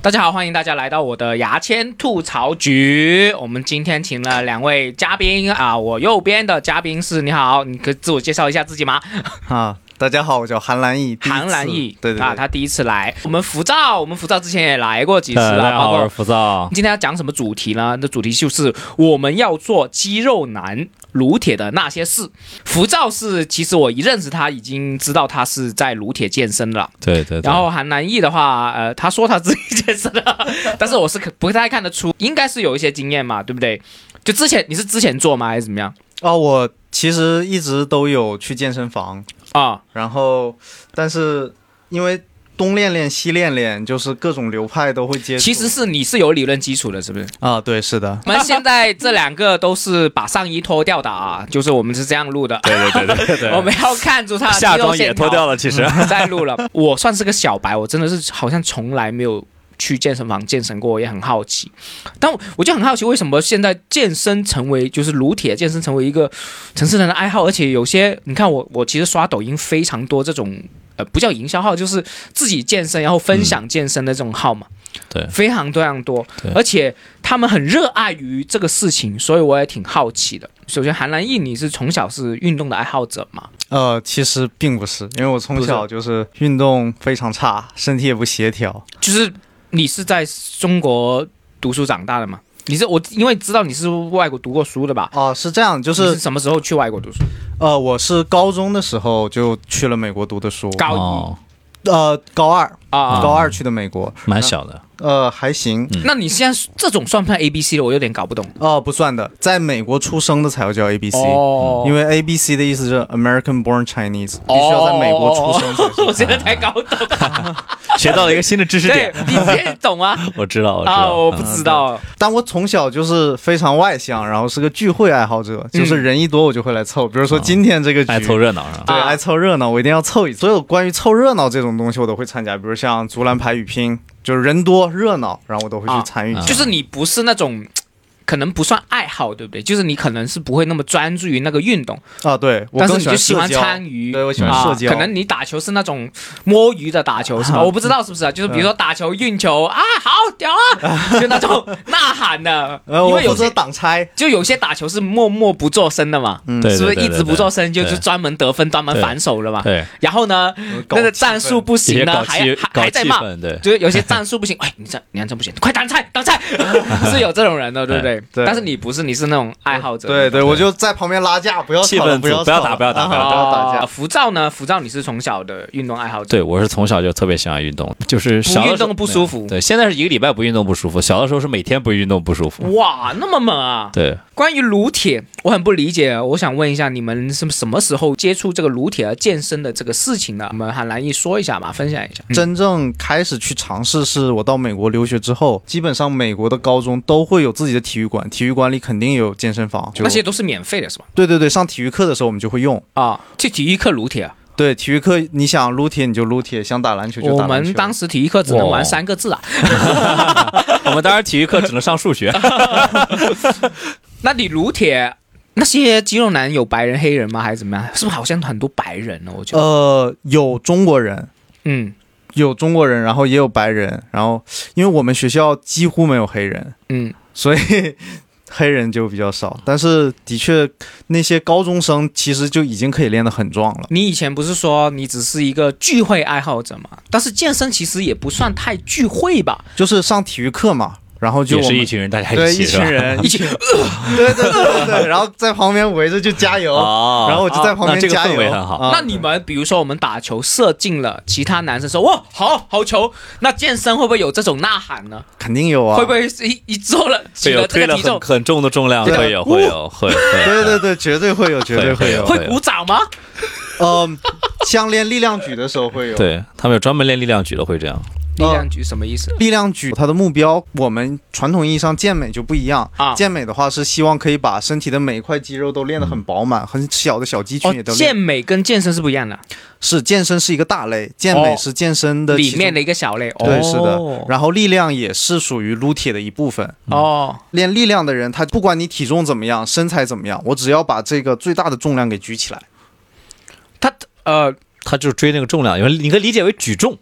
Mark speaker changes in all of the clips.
Speaker 1: 大家好，欢迎大家来到我的牙签吐槽局。我们今天请了两位嘉宾啊，我右边的嘉宾是你好，你可以自我介绍一下自己吗？
Speaker 2: 啊，大家好，我叫韩兰义，
Speaker 1: 韩兰
Speaker 2: 义
Speaker 1: 义，，
Speaker 2: 对对
Speaker 1: 啊，
Speaker 2: 对
Speaker 1: 他第一次来。我们浮躁，我们浮躁之前也来过几次
Speaker 3: 呃大
Speaker 1: 了，
Speaker 3: 家
Speaker 1: 包
Speaker 3: 好，我是
Speaker 1: 括
Speaker 3: 浮躁。
Speaker 1: 今天要讲什么主题呢？这主题就是我们要做肌肉男撸铁的那些事。浮躁是，其实我一认识他，已经知道他是在撸铁健身了。
Speaker 3: 对对对，
Speaker 1: 然后韩南艺的话，呃，他说他自己健身了， 但是我是可不太看得出，应该是有一些经验嘛，对不对？就之前你是之前做吗，还是怎么样
Speaker 2: 啊，我其实一直都有去健身房，
Speaker 1: 啊？
Speaker 2: 然后但是因为东练练西练练，就是各种流派都会接触。
Speaker 1: 其实是你是有理论基础的，是不是？
Speaker 2: 啊，对，是的，
Speaker 1: 我们现在这两个都是把上衣脱掉的啊，就是我们是这样录的，
Speaker 3: 对对对对对 对，
Speaker 1: 我们要嗯看住他的
Speaker 3: 夏
Speaker 1: 肌肉
Speaker 3: 装也
Speaker 1: 线
Speaker 3: 脱
Speaker 1: 条
Speaker 3: 掉了，其实。
Speaker 1: 再录了。我算是个小白，我真的是好像从来没有去健身房健身过，我也很好奇。但我我就很好奇，为什么现在健身成为就是撸铁健身成为一个城市人的爱好，而且有些你看我我其实刷抖音非常多这种。呃，不叫营销号，就是自己健身，然后分享健身的这种号嘛，
Speaker 3: 嗯对
Speaker 1: 非常非常多
Speaker 3: 对，
Speaker 1: 而且他们很热爱于这个事情，所以我也挺好奇的。首先，韩兰义，你是从小是运动的爱好者嘛？
Speaker 2: 呃，其实并不是，因为我从小就是运动非常差，身体也不协调。
Speaker 1: 就是你是在中国读书长大的嘛？你是我因为知道你是外国读过书的吧？
Speaker 2: 啊，是这样，就
Speaker 1: 你
Speaker 2: 是
Speaker 1: 什么时候去外国读书？
Speaker 2: 呃，我是高中的时候就去了美国读的书，
Speaker 1: 高一
Speaker 3: 哦，
Speaker 2: 呃高二，
Speaker 1: 啊，
Speaker 2: 高二去的美国，
Speaker 3: 蛮小 的，
Speaker 2: 呃还行，
Speaker 1: 那你现在这种算不算 A B C 的？我有点搞不懂。
Speaker 2: 哦不算的，在美国出生的才要叫 A B C。
Speaker 1: 哦
Speaker 2: 因
Speaker 1: 为
Speaker 2: 为 A B C 的意思是 American Born Chinese，
Speaker 1: 哦
Speaker 2: 必须要在美国出生才
Speaker 1: 我
Speaker 2: 行。
Speaker 1: 现在才搞 懂，
Speaker 3: 学到了一个新的知识
Speaker 1: 对
Speaker 3: 点。
Speaker 1: 你也懂啊？
Speaker 3: 我知道， 我知
Speaker 1: 啊，
Speaker 3: 道，
Speaker 1: 我不
Speaker 3: 嗯
Speaker 1: 知道，
Speaker 2: 但我从小就是非常外向，然后是个聚会爱好者，就是人一多我就会来凑。比如说今天这个局，
Speaker 3: 爱凑热闹是吧？
Speaker 2: 对，
Speaker 1: 啊
Speaker 2: 爱凑热闹，我一定要凑一。所有关于凑热闹这种东西，我都会参加。比如像竹篮排雨拼，就是人多热闹，然后我都会
Speaker 1: 啊
Speaker 2: 去参与一
Speaker 3: 啊
Speaker 2: 下。
Speaker 1: 就是你不是那种。可能不算爱好，对不对？就是你可能是不会那么专注于那个运动，
Speaker 2: 啊，对，我
Speaker 1: 但是
Speaker 2: 更
Speaker 1: 你就喜
Speaker 2: 社
Speaker 1: 欢
Speaker 2: 交。
Speaker 1: 参与，
Speaker 2: 对，我喜欢
Speaker 1: 啊
Speaker 2: 社交。
Speaker 1: 可能你打球是那种摸鱼的打球是吧？
Speaker 2: 啊嗯
Speaker 1: 我不知道是不是啊，就是比如说打球、运球啊，好屌 啊，就那种呐喊的。
Speaker 2: 呃，
Speaker 1: 因
Speaker 2: 我
Speaker 1: 为有
Speaker 2: 负责
Speaker 1: 些
Speaker 2: 挡拆。
Speaker 1: 就有些打球是默默不做声的嘛，
Speaker 2: 嗯
Speaker 3: 对，
Speaker 1: 是不是一直不做声就
Speaker 3: 对
Speaker 1: 就专门得分、专门反手了嘛？
Speaker 3: 对，
Speaker 1: 然后呢，
Speaker 2: 搞
Speaker 1: 那个
Speaker 2: 气
Speaker 1: 战术
Speaker 2: 氛
Speaker 1: 不
Speaker 3: 这些
Speaker 1: 啊行
Speaker 3: 搞
Speaker 1: 呢，还
Speaker 3: 气
Speaker 1: 还
Speaker 3: 搞
Speaker 1: 还在
Speaker 3: 气
Speaker 1: 骂。
Speaker 3: 氛，对，
Speaker 1: 就是有些战术不行， 哎，你这你这不行，快挡拆，挡拆， 是有这种人的，对不对？
Speaker 2: 对
Speaker 1: 但是你不是，你是那种爱好者。
Speaker 2: 对对，我就在旁边拉架，不要
Speaker 3: 气
Speaker 2: 吵了
Speaker 3: 氛
Speaker 2: 不要
Speaker 3: 组不要
Speaker 2: 吵
Speaker 3: 打
Speaker 2: 了
Speaker 3: 不要打
Speaker 2: 啊
Speaker 3: 不要
Speaker 2: 不要打架
Speaker 1: 啊，。浮躁呢？浮躁，你是从小的运动爱好者。
Speaker 3: 对，我是从小就特别喜欢运动，就是
Speaker 1: 不
Speaker 3: 小的
Speaker 1: 运
Speaker 3: 时候
Speaker 1: 动不舒服
Speaker 3: 对，现在是一个礼拜不运动不舒服，小的时候是每天不运动不舒服。
Speaker 1: 哇，那么猛啊！
Speaker 3: 对，
Speaker 1: 关于撸铁，我很不理解，我想问一下你们是什么时候接触这个撸铁和健身的这个事情呢？我们韩兰义说一下吧，分享一下。
Speaker 2: 真正开始去尝试，是我到美国留学之后，基本上美国的高中都会有自己的体育馆，体育馆里肯定有健身房。就
Speaker 1: 那些都是免费的，是吧？
Speaker 2: 对对对，上体育课的时候我们就会用。
Speaker 1: 啊，去体育课撸铁啊，
Speaker 2: 对，体育课你想撸铁你就撸铁，想打篮球就
Speaker 1: 我
Speaker 2: 打篮球。
Speaker 1: 们当时体育课只能玩
Speaker 3: 哇
Speaker 1: 三个字啊。
Speaker 3: 我们当时体育课只能上数 学，
Speaker 1: 那你撸铁，那些肌肉男有白人、黑人吗？还是怎么样？是不是好像很多白人呢？我觉得，
Speaker 2: 呃有中国人，
Speaker 1: 嗯
Speaker 2: 有中国人，然后也有白人，然后因为我们学校几乎没有黑人，
Speaker 1: 嗯，
Speaker 2: 所以黑人就比较少。但是的确，那些高中生其实就已经可以练得很壮了。
Speaker 1: 你以前不是说你只是一个聚会爱好者吗？但是健身其实也不算太聚会吧？
Speaker 2: 就是上体育课嘛，然后就
Speaker 3: 也
Speaker 2: 我
Speaker 3: 是
Speaker 2: 们
Speaker 3: 一群人，大家
Speaker 2: 对
Speaker 3: 一起是
Speaker 2: 群
Speaker 3: 吧？
Speaker 2: 人，
Speaker 1: 一起
Speaker 2: 啊对对对对对，然后在旁边围着就加油，
Speaker 3: 哦
Speaker 2: 然后我就在旁
Speaker 3: 那
Speaker 2: 边
Speaker 3: 这个
Speaker 2: 加
Speaker 3: 氛
Speaker 2: 油，
Speaker 3: 围很好
Speaker 2: 啊
Speaker 1: 那你们比如说我们打球射进了，其他男生说哇好好球，那健身会不会有这种呐喊呢？
Speaker 2: 肯定有啊，
Speaker 1: 会不会是一一做了起
Speaker 3: 会有
Speaker 1: 了这
Speaker 3: 推
Speaker 1: 个
Speaker 3: 了
Speaker 1: 体重
Speaker 3: 很很重的重量，
Speaker 2: 对
Speaker 3: 会有会有会会，
Speaker 2: 对对对，绝对会有，绝对有。
Speaker 3: 会
Speaker 1: 会鼓掌吗？
Speaker 2: 嗯，像练力量举的时候会有。，
Speaker 3: 对他们有专门练力量举的会这样，
Speaker 1: 力量举什么意思
Speaker 2: 力量举它的目标，我们传统意义上健美就不一样。
Speaker 1: 啊？
Speaker 2: 健美的话是希望可以把身体的每一块肌肉都练得
Speaker 3: 嗯
Speaker 2: 很饱满，很小的小肌群
Speaker 1: 哦
Speaker 2: 也都，练。
Speaker 1: 健美跟健身是不一样的，
Speaker 2: 是健身是一个大类，健美是健身的其
Speaker 1: 哦里
Speaker 2: 中
Speaker 1: 面的一个小类。
Speaker 2: 对
Speaker 1: 哦
Speaker 2: 是的，然后力量也是属于撸铁的一部分。
Speaker 1: 哦，
Speaker 2: 练力量的人，他不管你体重怎么样，身材怎么样，我只要把这个最大的重量给举起来。
Speaker 1: 呃，
Speaker 3: 他就是追那个重量，因为你可以理解为举重，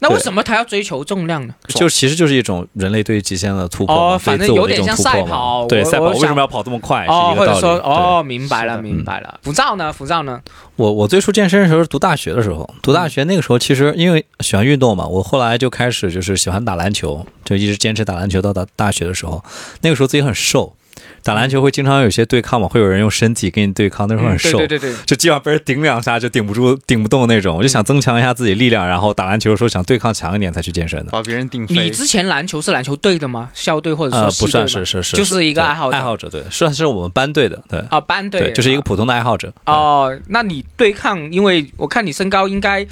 Speaker 1: 那为什么他要追求重量呢？
Speaker 3: 就其实就是一种人类对极限的突破嘛，
Speaker 1: 哦
Speaker 3: 对
Speaker 1: 反正
Speaker 3: 自我的
Speaker 1: 有点
Speaker 3: 一种
Speaker 1: 像
Speaker 3: 突破
Speaker 1: 赛
Speaker 3: 嘛
Speaker 1: 跑
Speaker 3: 对，
Speaker 1: 我
Speaker 3: 赛跑
Speaker 1: 我
Speaker 3: 为什
Speaker 1: 想
Speaker 3: 么要跑这么快？
Speaker 1: 哦，或
Speaker 3: 哎是一
Speaker 1: 者
Speaker 3: 个道理
Speaker 1: 说，哦，明白
Speaker 2: 是
Speaker 1: 了，
Speaker 2: 的
Speaker 1: 明白了。浮躁呢？浮躁呢？
Speaker 3: 对我我最初健身的时候是读大学的时候，读大学那个时候其实因为喜欢运动嘛，我后来就开始就是喜欢打篮球，就一直坚持打篮球到大大学的时候。那个时候自己很瘦，打篮球会经常有些对抗嘛，会有人用身体跟你对抗，那时候很
Speaker 1: 嗯对
Speaker 3: 瘦。
Speaker 1: 对对对，
Speaker 3: 就基本上被人顶两下就顶不住、顶不动那种，我就想
Speaker 1: 嗯
Speaker 3: 增强一下自己力量，然后打篮球的时候想对抗强一点才去健身的。
Speaker 2: 把别人顶
Speaker 1: 你
Speaker 2: 飞。
Speaker 1: 之前篮球是篮球队的吗？校队或者说
Speaker 3: 呃，
Speaker 1: 系
Speaker 3: 不
Speaker 1: 队吗
Speaker 3: 算是是是，
Speaker 1: 就是一个
Speaker 3: 对
Speaker 1: 爱好者
Speaker 3: 爱好者对，算是我们班队的对。
Speaker 1: 啊班队，
Speaker 3: 就是一个普通的爱好者。
Speaker 1: 哦。那你对抗，因为我看你身高应该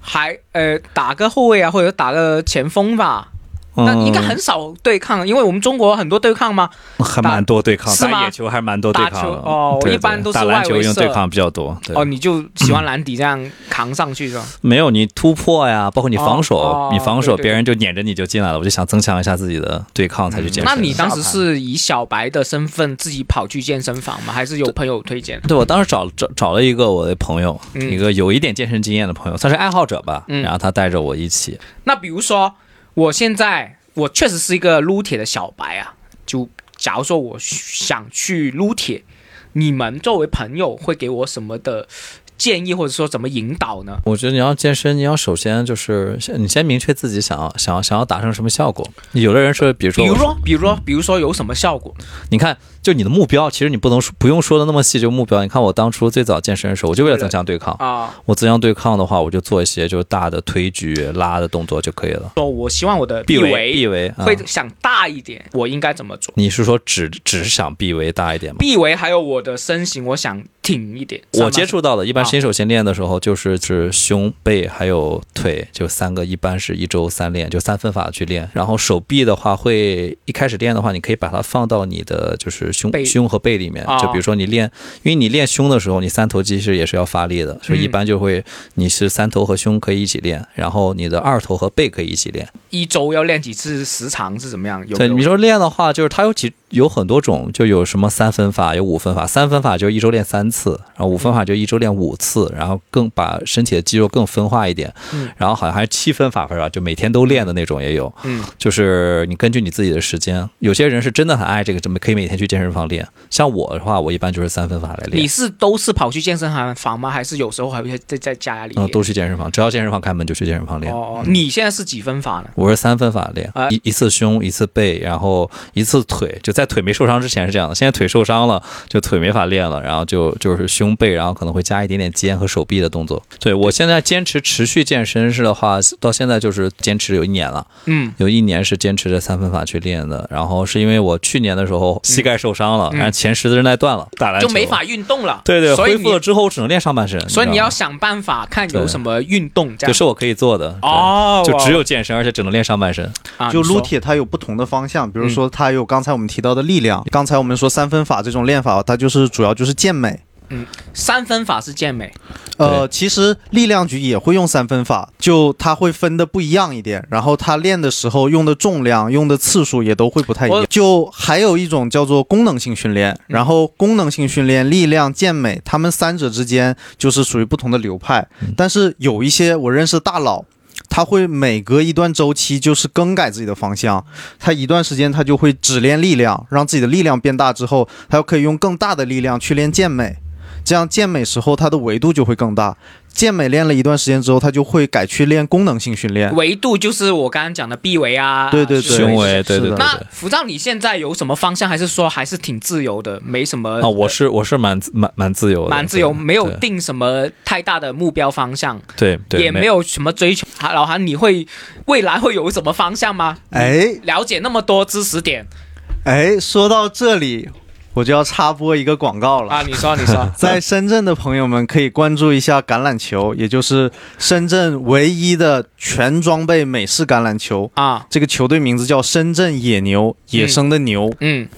Speaker 1: 还呃打个后卫啊，或者打个前锋吧，
Speaker 3: 嗯
Speaker 1: 那应该很少对抗，因为我们中国很多对抗吗？
Speaker 3: 嗯还蛮多对抗，
Speaker 1: 是吗
Speaker 3: 打野球还蛮多对
Speaker 1: 打
Speaker 3: 抗
Speaker 1: 球
Speaker 3: 的。
Speaker 1: 哦
Speaker 3: 对
Speaker 1: 一般都是
Speaker 3: 打篮球
Speaker 1: 外围
Speaker 3: 用
Speaker 1: 射
Speaker 3: 对抗比较多。对
Speaker 1: 哦，你就喜欢篮底这样扛上去是吧？
Speaker 3: 没有你突破呀，包括你防守，
Speaker 1: 哦哦
Speaker 3: 你防守
Speaker 1: 对对对
Speaker 3: 别人就撵着你就进来了，我就想增强一下自己的对抗才去嗯健身。
Speaker 1: 嗯那你当时是以小白的身份自己跑去健身房吗？还是有朋友推荐？
Speaker 3: 对我当时找找找了一个我的朋友，
Speaker 1: 嗯
Speaker 3: 一个有一点健身经验的朋友，算是爱好者吧，
Speaker 1: 嗯
Speaker 3: 然后他带着我一起。
Speaker 1: 那比如说，我现在我确实是一个撸铁的小白啊，就假如说我想去撸铁，你们作为朋友会给我什么的建议，或者说怎么引导呢？
Speaker 3: 我觉得你要健身，你要首先就是先你先明确自己想要想要想要达成什么效果。有的人说，比如说
Speaker 1: 比
Speaker 3: 我
Speaker 1: 如说，比如说，比如说有什么效果？
Speaker 3: 你看，就你的目标，其实你不能说不用说的那么细，就目标。你看我当初最早健身的时候，我就为了增强对抗。
Speaker 1: 啊、
Speaker 3: 我增强对抗的话，我就做一些就是大的推举、拉的动作就可以了。
Speaker 1: 说我希望我的
Speaker 3: 臂围，臂
Speaker 1: 围
Speaker 3: 围，啊
Speaker 1: 会想大一点，我应该怎么做？
Speaker 3: 你是说只只想臂围大一点吗？
Speaker 1: 臂围还有我的身形，我想挺一点。
Speaker 3: 我接触到的，一般
Speaker 1: 啊
Speaker 3: 新手先练的时候，就是是胸、背还有腿，就三个，一般是一周三练，就三分法去练。然后手臂的话，会一开始练的话，你可以把它放到你的就是胸
Speaker 1: 背
Speaker 3: 胸和背里面
Speaker 1: 啊。
Speaker 3: 就比如说你练，因为你练胸的时候，你三头肌是也是要发力的，所以一
Speaker 1: 嗯
Speaker 3: 般就会你是三头和胸可以一起练，然后你的二头和背可以一起练。
Speaker 1: 一周要练几次，时长是怎么样？有
Speaker 3: 对，
Speaker 1: 没有
Speaker 3: 你说练的话，就是它有几有很多种，就有什么三分法，有五分法。三分法就一周练三次，然后五分法就一周练五次，然后更把身体的肌肉更分化一点。
Speaker 1: 嗯
Speaker 3: 然后好像还有七分法是吧？就每天都练的那种也有。
Speaker 1: 嗯，
Speaker 3: 就是你根据你自己的时间，有些人是真的很爱这个，怎么可以每天去健身房练？像我的话，我一般就是三分法来
Speaker 1: 你
Speaker 3: 练。
Speaker 1: 是都是跑去健身房房吗？还是有时候还会在在家里
Speaker 3: 嗯，
Speaker 1: 练？
Speaker 3: 都去健身房，只要健身房开门就去健身房练。
Speaker 1: 哦，你现在是几分法呢？
Speaker 3: 我是三分法练
Speaker 1: 哎，
Speaker 3: 一一次胸，一次背，然后一次腿，就在腿没受伤之前是这样的，现在腿受伤了，就腿没法练了，然后就就是胸背，然后可能会加一点点肩和手臂的动作。对我现在坚持持续健身是的话，到现在就是坚持有一年了，
Speaker 1: 嗯，
Speaker 3: 有一年是坚持着三分法去练的，然后是因为我去年的时候膝盖受伤了，
Speaker 1: 嗯
Speaker 3: 然后前十字韧带断了，打篮球
Speaker 1: 就没法运动了。
Speaker 3: 对对，
Speaker 1: 所以
Speaker 3: 恢复了
Speaker 1: 你
Speaker 3: 之后我只能练上半身，
Speaker 1: 所以你
Speaker 3: 知
Speaker 1: 要
Speaker 3: 道吗
Speaker 1: 想办法看有什么运动这
Speaker 3: 就
Speaker 1: 样。
Speaker 3: 是我可以做的对
Speaker 1: 哦，
Speaker 3: 就只有健身，而且只能练上半身。
Speaker 1: 啊
Speaker 2: 就
Speaker 1: 你说
Speaker 2: 撸铁，它有不同的方向，比如说它有刚才我们提到的力量，刚才我们说三分法这种练法，它就是主要就是健美。
Speaker 1: 三分法是健美，
Speaker 2: 呃，其实力量局也会用三分法，就它会分的不一样一点，然后它练的时候用的重量、用的次数也都会不太一样
Speaker 1: 我。
Speaker 2: 就还有一种叫做功能性训练，然后功能性训练、力量、健美，他们三者之间就是属于不同的流派。但是有一些我认识大佬。他会每隔一段周期就是更改自己的方向，他一段时间他就会只练力量，让自己的力量变大之后，他又可以用更大的力量去练健美，这样健美时候它的维度就会更大。健美练了一段时间之后，他就会改去练功能性训练。
Speaker 1: 维度就是我刚刚讲的臂围啊，
Speaker 2: 对对对，
Speaker 3: 胸围啊对
Speaker 2: 啊是的啊
Speaker 3: 对对
Speaker 1: 那浮躁，你现在有什么方向？还是说还是挺自由的，没什么
Speaker 3: 啊，我是我是蛮自蛮蛮自由的，
Speaker 1: 呃蛮自由，没有
Speaker 3: 对
Speaker 1: 定什么太大的目标方向，
Speaker 3: 对对，
Speaker 1: 也没
Speaker 3: 有。
Speaker 1: 有什么追求。啊老韩，你会未来会有什么方向吗？
Speaker 2: 哎
Speaker 1: 了解那么多知识 点
Speaker 2: 哎，说到这里，我就要插播一个广告了。
Speaker 1: 啊，你说你说
Speaker 2: 在深圳的朋友们可以关注一下橄榄球，也就是深圳唯一的全装备美式橄榄球。
Speaker 1: 啊，
Speaker 2: 这个球队名字叫深圳野牛，野生的牛，
Speaker 1: 嗯，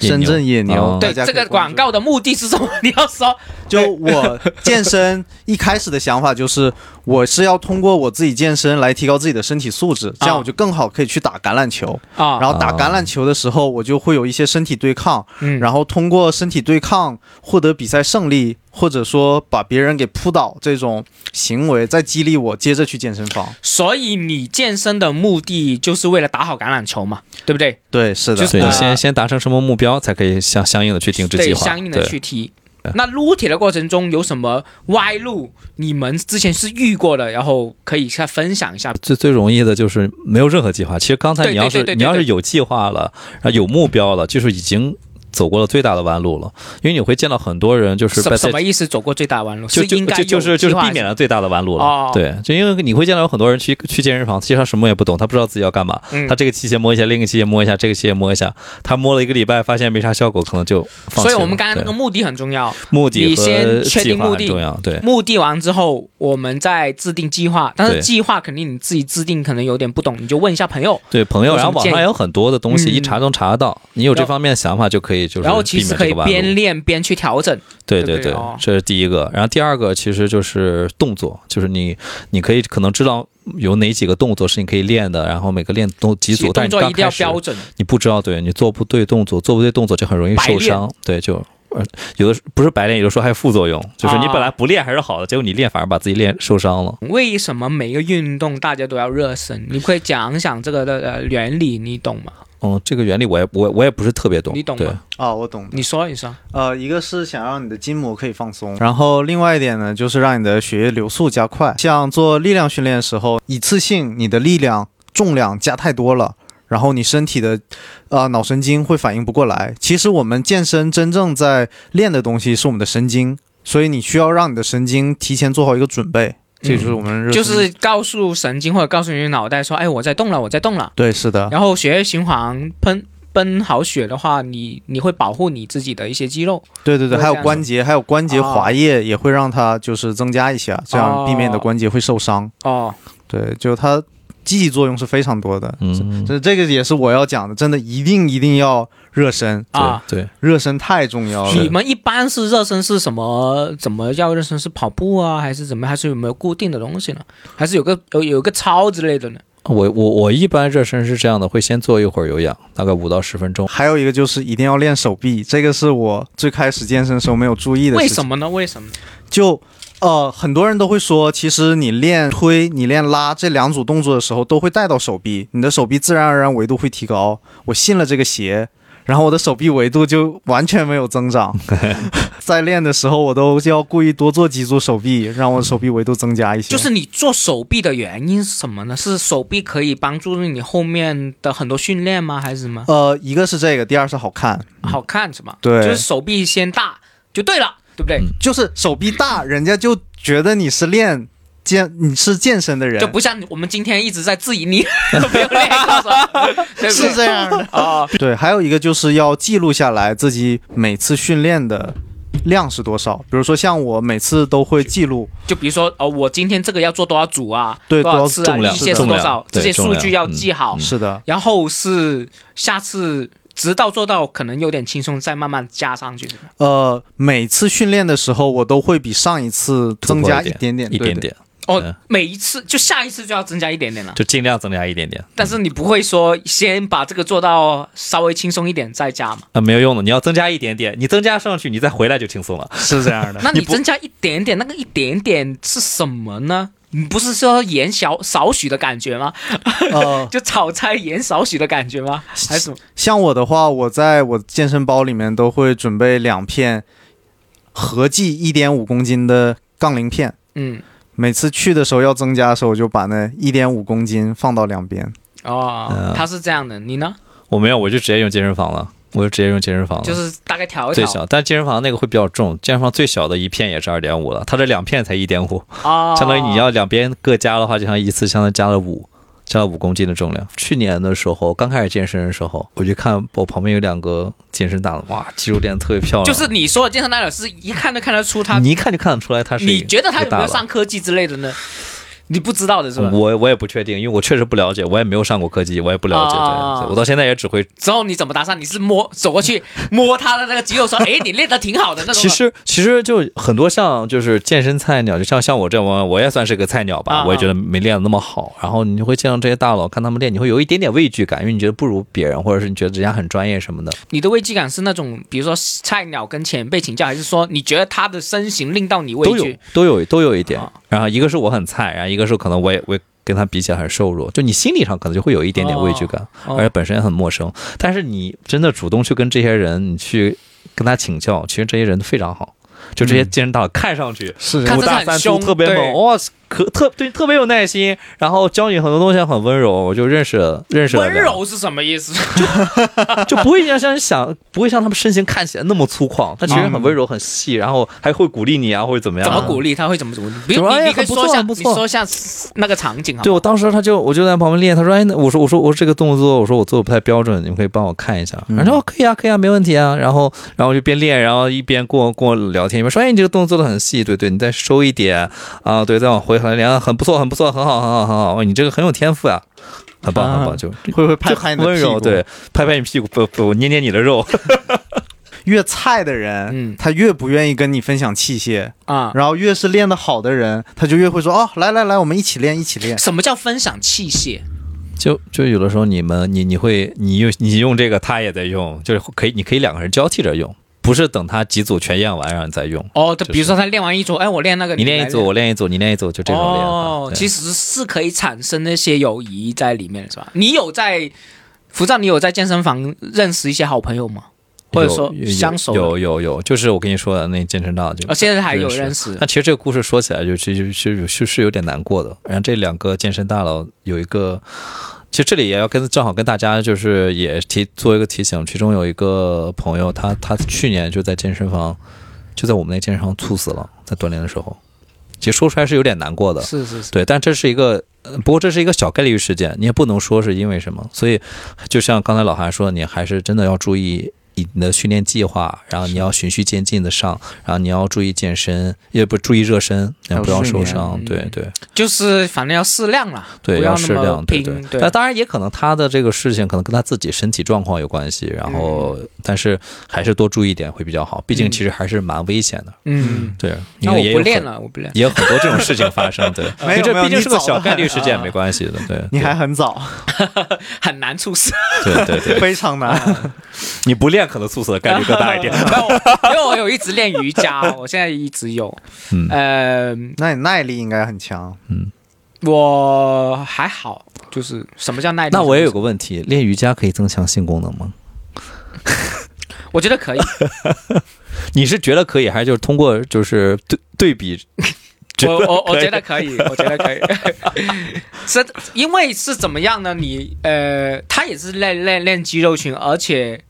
Speaker 3: 野牛
Speaker 2: 深圳野牛。
Speaker 3: 哦
Speaker 1: 对，
Speaker 2: 大家
Speaker 1: 这
Speaker 2: 可以
Speaker 1: 个广
Speaker 2: 关注
Speaker 1: 告的目的是什么？你要说
Speaker 2: 就我健身一开始的想法就是，我是要通过我自己健身来提高自己的身体素质，这样我就更好可以去打橄榄球。
Speaker 1: 啊，
Speaker 2: 然后打橄榄球的时候，我就会有一些身体对抗，
Speaker 1: 嗯，
Speaker 2: 然后通过身体对抗获得比赛胜利，或者说把别人给扑倒这种行为，再激励我接着去健身房。
Speaker 1: 所以你健身的目的就是为了打好橄榄球嘛，对不对？
Speaker 2: 对，是的，
Speaker 1: 就是
Speaker 3: 对，
Speaker 1: 呃
Speaker 3: 先先达成什么目标，才可以相相应的去定制计
Speaker 1: 对，
Speaker 3: 划，
Speaker 1: 相应的
Speaker 3: 对
Speaker 1: 去踢
Speaker 3: 对。
Speaker 1: 那撸铁的过程中有什么歪路？你们之前是遇过的，然后可以再分享一下。
Speaker 3: 最最容易的就是没有任何计划。其实刚才
Speaker 1: 对
Speaker 3: 你要
Speaker 1: 对
Speaker 3: 是
Speaker 1: 对对对
Speaker 3: 你要是
Speaker 1: 对
Speaker 3: 有计划了，然后有目标了，就是已经走过了最大的弯路了。因为你会见到很多人就是
Speaker 1: 什
Speaker 3: 在
Speaker 1: 什
Speaker 3: 在
Speaker 1: 么意思？走过最大弯路
Speaker 3: 就是就
Speaker 1: 应该
Speaker 3: 就就是
Speaker 1: 有
Speaker 3: 就
Speaker 1: 计
Speaker 3: 是
Speaker 1: 划
Speaker 3: 避免了最大的弯路了。
Speaker 1: 哦
Speaker 3: 对，就因为你会见到有很多人去去健身房，其实他什么也不懂，他不知道自己要干嘛。
Speaker 1: 嗯
Speaker 3: 他这个器械摸一下，另一个器械摸一下，这个器械摸一下，他摸了一个礼拜，发现没啥效果，可能就放弃了。
Speaker 1: 所以我们刚刚那个
Speaker 3: 对
Speaker 1: 目的很重要，
Speaker 3: 目的
Speaker 1: 你
Speaker 3: 和
Speaker 1: 先确
Speaker 3: 计
Speaker 1: 定
Speaker 3: 划
Speaker 1: 目
Speaker 3: 很
Speaker 1: 的
Speaker 3: 重要。对，
Speaker 1: 目的完之后，我们再制定计划。但
Speaker 3: 对
Speaker 1: 是计划肯定你自己制定可能有点不懂，你就问一下朋友。
Speaker 3: 对朋友，
Speaker 1: 有
Speaker 3: 然
Speaker 1: 什
Speaker 3: 后
Speaker 1: 么
Speaker 3: 网
Speaker 1: 建
Speaker 3: 上
Speaker 1: 议
Speaker 3: 有很多的东西，
Speaker 1: 嗯
Speaker 3: 一查都能查得到。你有这
Speaker 1: 然后
Speaker 3: 方面的想法，就可以就是
Speaker 1: 然后其
Speaker 3: 避
Speaker 1: 实
Speaker 3: 免
Speaker 1: 可
Speaker 3: 这
Speaker 1: 以
Speaker 3: 个弯
Speaker 1: 边
Speaker 3: 路。
Speaker 1: 练边去调整。
Speaker 3: 对
Speaker 1: 对
Speaker 3: 对
Speaker 1: 对
Speaker 3: 对
Speaker 1: 哦，
Speaker 3: 这是第一个。然后第二个其实就是动作，就是你你可以可能知道有哪几个动作是你可以练的，然后每个练动几
Speaker 1: 所以
Speaker 3: 组，但
Speaker 1: 动作
Speaker 3: 是你
Speaker 1: 一
Speaker 3: 刚
Speaker 1: 定要
Speaker 3: 开始
Speaker 1: 标准。
Speaker 3: 你不知道，对你做不对动作，做不对动作就很容易
Speaker 1: 白
Speaker 3: 受
Speaker 1: 练
Speaker 3: 伤。对，就呃有的时不是白练，有的时候还有副作用，就是你
Speaker 1: 啊
Speaker 3: 本来不练还是好的，结果你练反而把自己练受伤了。
Speaker 1: 为什么每一个运动大家都要热身？你可以讲讲这个的呃原理，你懂吗？
Speaker 3: 嗯，这个原理我也我也我也不是特别懂，
Speaker 1: 你懂
Speaker 3: 对
Speaker 1: 吗
Speaker 2: 啊，我懂。
Speaker 1: 你说一说。
Speaker 2: 呃，一个是想让你的筋膜可以放松，然后另外一点呢，就是让你的血液流速加快。像做力量训练的时候，一次性你的力量重量加太多了。然后你身体的，呃，脑神经会反应不过来。其实我们健身真正在练的东西是我们的神经，所以你需要让你的神经提前做好一个准备。这就是我们热身
Speaker 1: 就是告诉神经或者告诉你的脑袋说，哎，我在动了，我在动了。
Speaker 2: 对，是的，
Speaker 1: 然后血液循环喷奔好血的话，你你会保护你自己的一些肌肉，
Speaker 2: 对对对，
Speaker 1: 会
Speaker 2: 还有
Speaker 1: 这样
Speaker 2: 关节，还有关节
Speaker 1: 哦
Speaker 2: 滑液也会让它就是增加一下，这样避免你的
Speaker 1: 哦
Speaker 2: 关节会受伤。
Speaker 1: 哦，
Speaker 2: 对，就它积极作用是非常多的。
Speaker 3: 嗯，
Speaker 2: 这这个也是我要讲的，真的一定一定要热身，
Speaker 3: 对
Speaker 1: 啊。
Speaker 3: 对，
Speaker 2: 热身太重要
Speaker 1: 你
Speaker 2: 了。
Speaker 1: 们一般是热身是什么？怎么要热身？是跑步啊，还是怎么？还是有没有固定的东西呢？还是有个有有个操之类的呢？
Speaker 3: 我我我一般热身是这样的，会先做一会儿有氧，大概五到十分钟。
Speaker 2: 还有一个就是一定要练手臂，这个是我最开始健身时候没有注意的事情。
Speaker 1: 为什么呢？为什么？
Speaker 2: 就呃，很多人都会说，其实你练推、你练拉这两组动作的时候，都会带到手臂，你的手臂自然而然维度会提高。我信了这个邪，然后我的手臂维度就完全没有增长。在练的时候，我都要故意多做几组手臂，让我的手臂维度增加一些。
Speaker 1: 就是你做手臂的原因是什么呢？是手臂可以帮助你后面的很多训练吗？还是什么？
Speaker 2: 呃，一个是这个，第二是好看，
Speaker 1: 好看是吧？
Speaker 2: 嗯对嗯
Speaker 1: 就是手臂先大就对了，对不对？
Speaker 2: 就是手臂大，人家就觉得你是练健，你是健身的人，
Speaker 1: 就不像我们今天一直在质疑 你没有练过，是吧对不
Speaker 2: 是
Speaker 1: 对？
Speaker 2: 这样的。
Speaker 1: 啊，
Speaker 2: 对，还有一个就是要记录下来自己每次训练的量是多少。比如说，像我每次都会记录，
Speaker 1: 就比如说哦，我今天这个要做多少组啊，
Speaker 2: 对
Speaker 1: 多少次啊，
Speaker 2: 多少
Speaker 1: 一
Speaker 2: 重量嗯
Speaker 1: 些是多少，
Speaker 3: 是
Speaker 1: 这
Speaker 3: 的
Speaker 1: 些数据要
Speaker 3: 对
Speaker 1: 记好，
Speaker 2: 是的，
Speaker 1: 然后是下次直到做到可能有点轻松，再慢慢加上去。
Speaker 2: 呃，每次训练的时候，我都会比上一次
Speaker 3: 突
Speaker 2: 增
Speaker 3: 破
Speaker 2: 加
Speaker 3: 一
Speaker 2: 点点，
Speaker 3: 一
Speaker 2: 对
Speaker 3: 点
Speaker 2: 的。
Speaker 3: 点，嗯
Speaker 1: 哦，每一次就下一次就要增加一点点了。
Speaker 3: 就尽量增加一点点。
Speaker 1: 但是你不会说先把这个做到稍微轻松一点再加嘛？
Speaker 3: 啊，没有用的，你要增加一点点，你增加上去，你再回来就轻松了。
Speaker 2: 是这 样
Speaker 3: 哎
Speaker 2: 的。
Speaker 1: 那你增加一点点，那个一点点是什么呢？你不是说盐小少许的感觉吗？
Speaker 3: 哦
Speaker 2: 呃，
Speaker 1: 就炒菜盐少许的感觉吗？还是什么？
Speaker 2: 像我的话，我在我健身包里面都会准备两片，合计一点五公斤的杠铃片。
Speaker 1: 嗯，
Speaker 2: 每次去的时候要增加的时候，我就把那一点五公斤放到两边。
Speaker 1: 哦
Speaker 3: 嗯，
Speaker 1: 它是这样的，你呢？
Speaker 3: 我没有，我就直接用健身房了，我就直接用健身房了。
Speaker 1: 就是大概调一
Speaker 3: 哦最
Speaker 1: 调
Speaker 3: 小，但健身房那个会比较重，健身房最小的一片也是二点五了，它这两片才一点五，
Speaker 1: 啊，
Speaker 3: 相当于你要两边各加的话，就像一次相当于加了五，加了五公斤的重量。去年的时候，刚开始健身的时候，我就看我旁边有两个健身大佬，哇，肌肉练得特别漂亮，
Speaker 1: 就是你说的健身大佬是一看就看得出他，
Speaker 3: 你一看就看得出来他是一个
Speaker 1: 你觉得他有没
Speaker 3: 大嗯
Speaker 1: 有
Speaker 3: 佬
Speaker 1: 上科技之类的呢？你不知道的是吧？
Speaker 3: 我我也不确定，因为我确实不了解，我也没有上过科技，我也不了解这样子。
Speaker 1: 啊
Speaker 3: 我到现在也只会。
Speaker 1: 之后你怎么搭讪？你是摸走过去摸他的那个肌肉，说：“哎，你练的挺好的那种。”
Speaker 3: 其实其实就很多像就是健身菜鸟，就像像我这样，我也算是个菜鸟吧，
Speaker 1: 啊
Speaker 3: 我也觉得没练的那么好。然后你就会见到这些大佬，看他们练，你会有一点点畏惧感，因为你觉得不如别人，或者是你觉得人家很专业什么的。
Speaker 1: 你的危机感是那种，比如说菜鸟跟前辈请教，还是说你觉得他的身形令到你畏
Speaker 3: 都有
Speaker 1: 惧？
Speaker 3: 都有都有一点
Speaker 1: 啊。
Speaker 3: 然后一个是我很菜，然后一个是可能我也我也跟他比起来很瘦弱，就你心理上可能就会有一点点畏惧感，
Speaker 1: 哦
Speaker 3: 而且本身也很陌生。但是你真的主动去跟这些人，你去跟他请教，其实这些人都非常好。就这些健身大佬看上去
Speaker 2: 是
Speaker 1: 嗯看
Speaker 3: 五
Speaker 1: 着
Speaker 3: 大
Speaker 1: 很
Speaker 3: 三粗，
Speaker 1: 凶
Speaker 3: 特别
Speaker 1: 对
Speaker 3: 猛，哇、可特对特别有耐心，然后教你很多东西很温柔，我就认识了认识了
Speaker 1: 温
Speaker 3: 两 个
Speaker 1: 柔是什么意
Speaker 3: 啊
Speaker 1: 思？
Speaker 3: 就不会像像想不会像他们身形看起来那么粗犷，他其实很温柔很细，然后还会鼓励你啊或者怎么样，
Speaker 1: 怎么鼓励他会怎么怎么？比
Speaker 3: 怎
Speaker 1: 如
Speaker 3: 么
Speaker 1: 你
Speaker 3: 哎
Speaker 1: 你可以
Speaker 3: 很不
Speaker 1: 说一
Speaker 3: 错
Speaker 1: 下，
Speaker 3: 很不
Speaker 1: 你
Speaker 3: 错啊
Speaker 1: 说一下那个场景好吗？
Speaker 3: 对我当时他就我就在旁边练，他说：“哎，那我说我说我说这个动作，我说我做的不太标准，你们可以帮我看一下。”然后哦可以啊，可以啊，没问题啊。然后然后我就边练，然后一边跟我跟我聊天，一边说：“哎，你这个动作做的很细，对对，你再收一点啊，对，再往回衡量，很不错，很不错，很好，很好，很好，哦你这个很有天赋啊，很棒，很棒，就
Speaker 2: 会不会拍拍你
Speaker 3: 就
Speaker 2: 的
Speaker 3: 温
Speaker 2: 屁
Speaker 3: 柔，
Speaker 2: 股
Speaker 3: 对，拍拍你屁股，不不，捏捏你的肉，
Speaker 2: 越菜的人，
Speaker 1: 嗯
Speaker 2: 他越不愿意跟你分享器械，
Speaker 1: 啊，
Speaker 2: 然后越是练得好的人，他就越会说哦，来来来，我们一起练，一起 练。
Speaker 1: 什么叫分享器械？
Speaker 3: 就就有的时候你们你你会你用你用这个，他也在用，就是可以你可以两个人交替着用，不是等他几组全验完然后你再用。”
Speaker 1: 哦，对，
Speaker 3: 就是
Speaker 1: 比如说他练完一组，哎，我练那个，
Speaker 3: 你练
Speaker 1: 来
Speaker 3: 一组，。我练一组，你练一组，就这种练法。啊
Speaker 1: 哦，
Speaker 3: 对
Speaker 1: 其实是可以产生那些友谊在里面的，是吧？你有在浮躁，你有在健身房认识一些好朋友吗？或者
Speaker 3: 有
Speaker 1: 说
Speaker 3: 有
Speaker 1: 相熟的？
Speaker 3: 有有有，就是我跟你说的那健身道就
Speaker 1: 哦，。现在还有认
Speaker 3: 认
Speaker 1: 识
Speaker 3: 那其实这个故事说起来就其实是是是有点难过的。然后这两个健身大佬有一个，其实这里也要跟正好跟大家就是也提做一个提醒，其中有一个朋友他他去年就在健身房，就在我们那健身房猝死了，在锻炼的时候，其实说出来是有点难过的。
Speaker 1: 是是是，
Speaker 3: 对，但这是一个，呃不过这是一个小概率事件，你也不能说是因为什么。所以，就像刚才老韩说，你还是真的要注意你的训练计划，然后你要循序渐进的上，然后你要注意健身，也不注意热身，
Speaker 2: 还
Speaker 3: 也
Speaker 2: 有
Speaker 3: 不要
Speaker 2: 睡
Speaker 3: 受
Speaker 2: 眠
Speaker 3: 伤。
Speaker 1: 嗯
Speaker 3: 对对
Speaker 1: 就是反正要适量啦，
Speaker 3: 对，
Speaker 1: 不
Speaker 3: 要
Speaker 1: 要
Speaker 3: 适
Speaker 1: 那么
Speaker 3: 量。对
Speaker 1: 拼。
Speaker 3: 对。但当然也可能他的这个事情可能跟他自己身体状况有关系，然后
Speaker 1: 嗯
Speaker 3: 但是还是多注意一点会比较好，毕竟其实还是蛮危险的。
Speaker 1: 嗯，
Speaker 3: 对，因
Speaker 1: 那
Speaker 3: 为
Speaker 1: 我
Speaker 3: 也
Speaker 1: 不
Speaker 3: 有
Speaker 1: 练
Speaker 3: 很。
Speaker 1: 了，我不练。
Speaker 3: 也有很多这种事情发生， 对，
Speaker 2: 没有
Speaker 3: 这
Speaker 2: 没有
Speaker 3: 毕竟
Speaker 2: 你
Speaker 3: 是个
Speaker 2: 早
Speaker 3: 小
Speaker 2: 的
Speaker 3: 概率
Speaker 2: 很
Speaker 3: 事件，没关系的，对。
Speaker 2: 你
Speaker 3: 对
Speaker 2: 还很早，
Speaker 1: 很难出事，
Speaker 3: 对对啊对，
Speaker 2: 非 常难。
Speaker 3: 你不练可能猝死的 概率更大 一点。
Speaker 1: 没有因为我有一直练瑜伽， 我现在一直有。
Speaker 3: 嗯
Speaker 1: 呃，
Speaker 2: 那你耐力应该很
Speaker 3: 啊
Speaker 2: 强，
Speaker 1: 我还好，就是什么叫耐力？
Speaker 3: 那我也有，个问题，练瑜伽可以增强性功能吗？
Speaker 1: 我觉得可以。
Speaker 3: 你是觉得可以，还是就是通过就是对对比？
Speaker 1: 我我我
Speaker 3: 可以
Speaker 1: 觉得可以，我觉得 可以，是因为是怎么样呢？你呃，他也是练练练肌肉群，而且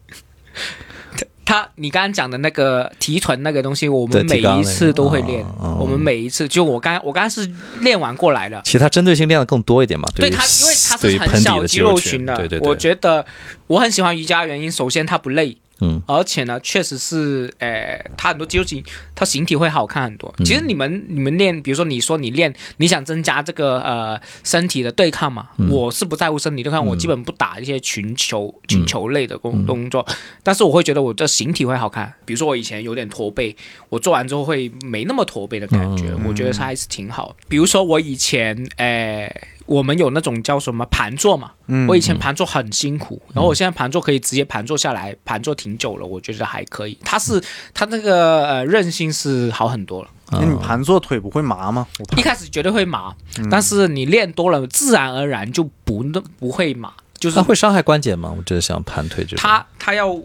Speaker 1: 他他你刚刚讲的那个提臀那个东西，我
Speaker 3: 对
Speaker 1: 们每
Speaker 3: 提纲
Speaker 1: 一
Speaker 3: 那个
Speaker 1: 次都会练，
Speaker 3: 哦
Speaker 1: 我们每一次就我刚我刚刚是练完过来的。
Speaker 3: 其实它针对性练的更多一点嘛？
Speaker 1: 对
Speaker 3: 于
Speaker 1: 它，因为它
Speaker 3: 对于
Speaker 1: 是很
Speaker 3: 盆底
Speaker 1: 小
Speaker 3: 的肌
Speaker 1: 肉
Speaker 3: 群
Speaker 1: 的，
Speaker 3: 对对
Speaker 1: 我
Speaker 3: 对，
Speaker 1: 觉得我很喜欢瑜伽，原因首先它不累，
Speaker 3: 嗯，
Speaker 1: 而且呢，确实是，呃，它很多肌肉群，它形体会好看很多。其实你们你们练，比如说你说你练，你想增加这个呃身体的对抗嘛，我是不在乎身体对抗，我基本不打一些群球群球类的工动作，但是我会觉得我这形体会好看。比如说我以前有点驼背，我做完之后会没那么驼背的感觉，我觉得它还是挺好。比如说我以前，呃，我们有那种叫什么盘坐嘛，我以前盘坐很辛苦，然后我现在盘坐可以直接盘坐下来，盘坐挺久了，我觉得还可以。它是它那个呃韧性是好很多了，
Speaker 2: 那你盘坐腿不会麻吗？我
Speaker 1: 一开始绝对会麻，
Speaker 3: 嗯
Speaker 1: 但是你练多了，自然而然就不那不会麻，就是
Speaker 3: 它会伤害关节吗？我只是想盘腿这种。
Speaker 1: 它它要。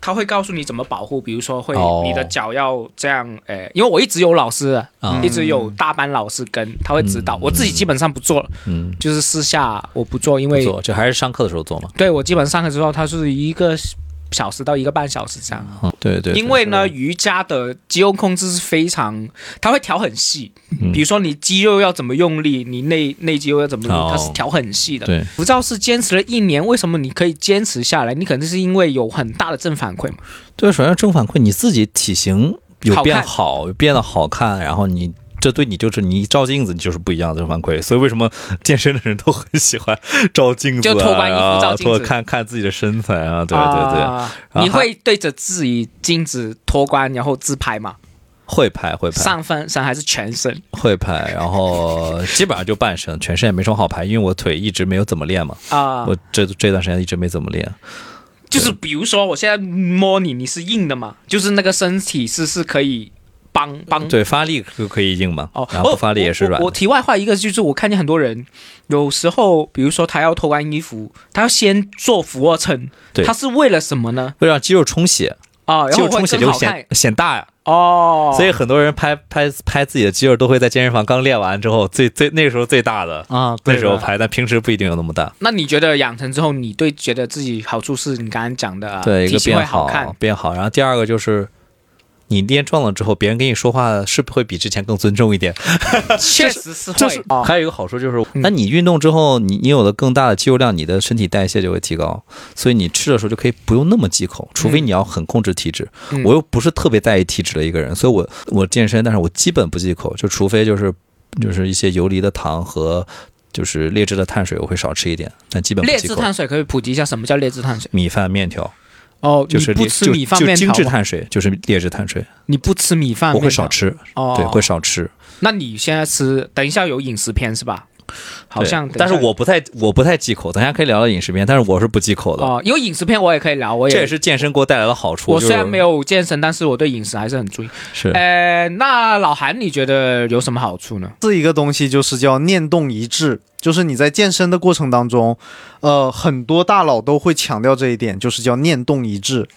Speaker 1: 它会告诉你怎么保护，比如说会
Speaker 3: 哦
Speaker 1: 你的脚要这样，呃，因为我一直有老师，
Speaker 3: 啊
Speaker 1: 一直有大班老师跟，他会指导。我自己基本上不做了，
Speaker 3: 嗯，
Speaker 1: 就是私下我不做，因
Speaker 3: 不
Speaker 1: 为
Speaker 3: 做就还是上课的时候做嘛。
Speaker 1: 对我基本上课之后，它是一个小时到一个半小时这样。
Speaker 3: 嗯，对对，对
Speaker 1: 因为呢，瑜伽的肌肉控制是非常，它会调很细。
Speaker 3: 嗯
Speaker 1: 比如说你肌肉要怎么用力，你内内肌肉要怎么用力，它是
Speaker 3: 哦
Speaker 1: 调很细的。
Speaker 3: 对，
Speaker 1: 浮躁是坚持了一年，为什么你可以坚持下来？你肯定是因为有很大的正反馈嘛。
Speaker 3: 对，首先正反馈，你自己体型有
Speaker 1: 好
Speaker 3: 变
Speaker 1: 看
Speaker 3: 好，有变得好看，然后你这对你就是你一照镜子，你就是不一样的反馈。所以为什么健身的人都很喜欢照镜子、啊，
Speaker 1: 就脱光衣服
Speaker 3: 然后
Speaker 1: 照镜子
Speaker 3: 脱看看自己的身材啊，对对对，
Speaker 1: 啊
Speaker 3: 然后
Speaker 1: 你会对着自己镜子脱光然后自拍吗？
Speaker 3: 会拍会拍
Speaker 1: 上半身还是全身？
Speaker 3: 会拍，然后基本上就半身，全身也没什么好拍，因为我腿一直没有怎么练嘛，
Speaker 1: 啊、
Speaker 3: 我这这段时间一直没怎么练。
Speaker 1: 就是比如说我现在摸你，你是硬的嘛？就是那个身体是是可以帮帮
Speaker 3: 对，发力可可以硬嘛，
Speaker 1: 嗯哦，
Speaker 3: 然后
Speaker 1: 哦
Speaker 3: 不发力也是软
Speaker 1: 我我。我
Speaker 3: 的。
Speaker 1: 题外话一个就是，我看见很多人有时候，比如说他要脱光衣服，他要先做俯卧撑，
Speaker 3: 对
Speaker 1: 他是为了什么呢？
Speaker 3: 为了让肌肉充血，
Speaker 1: 啊，然
Speaker 3: 肌
Speaker 1: 后
Speaker 3: 肉
Speaker 1: 会
Speaker 3: 充血
Speaker 1: 更
Speaker 3: 就
Speaker 1: 好看
Speaker 3: 显显大呀。
Speaker 1: 哦，
Speaker 3: 所以很多人拍拍拍自己的肌肉，都会在健身房刚练完之后最最那时候最大的
Speaker 1: 哦
Speaker 2: 啊，
Speaker 3: 那
Speaker 2: 对
Speaker 3: 时候
Speaker 2: 的
Speaker 3: 拍，但平时不一定有那么大。
Speaker 1: 那你觉得养成之后，你对觉得自己好处是你刚刚讲的，啊
Speaker 3: 对，一
Speaker 1: 体
Speaker 3: 个
Speaker 1: 型会
Speaker 3: 变
Speaker 1: 好看
Speaker 3: 好变好。然后第二个就是。你练壮了之后，别人跟你说话是不会比之前更尊重一点。
Speaker 1: 确实是
Speaker 3: 这
Speaker 1: 会
Speaker 3: 是。
Speaker 1: 哦
Speaker 3: 还有一个好处就是，
Speaker 1: 嗯
Speaker 3: 那你运动之后，你你有了更大的肌肉量，你的身体代谢就会提高，所以你吃的时候就可以不用那么忌口，除非
Speaker 1: 嗯
Speaker 3: 你要很控制体脂。
Speaker 1: 嗯
Speaker 3: 我又不是特别在意体脂的一个人，所以我我健身，但是我基本不忌口，就除非就是就是一些游离的糖和就是劣质的碳水，我会少吃一点，但基本不
Speaker 1: 劣
Speaker 3: 忌
Speaker 1: 质
Speaker 3: 口。
Speaker 1: 碳水可以普及一下什么叫劣质碳水？
Speaker 3: 米饭、面条，
Speaker 1: 哦，
Speaker 3: 就是
Speaker 1: 你不
Speaker 3: 劣
Speaker 1: 吃
Speaker 3: 就
Speaker 1: 米饭
Speaker 3: 就
Speaker 1: 面
Speaker 3: 精
Speaker 1: 条
Speaker 3: 致
Speaker 1: 吗，
Speaker 3: 碳水，就是劣质碳水，
Speaker 1: 你不吃米饭，
Speaker 3: 我会
Speaker 1: 面
Speaker 3: 少
Speaker 1: 条。
Speaker 3: 吃，
Speaker 1: 哦，
Speaker 3: 对，会。少吃。
Speaker 1: 那你现在吃，等一下有饮食片是吧？好
Speaker 3: 对
Speaker 1: 像等一下，
Speaker 3: 但是我不太我不太忌口，等一下可以聊聊饮食边，但是我是不忌口的。
Speaker 1: 哦，因为饮食片我也可以聊，我
Speaker 3: 这也是健身给我带来的好处。
Speaker 1: 我
Speaker 3: 就
Speaker 1: 虽然没有健身，但是我对饮食还是很注意。
Speaker 3: 是
Speaker 1: 呃，那老韩你觉得有什么好处呢？
Speaker 2: 这一个东西就是叫念动一致，就是你在健身的过程当中，呃，很多大佬都会强调这一点，就是叫念动一致。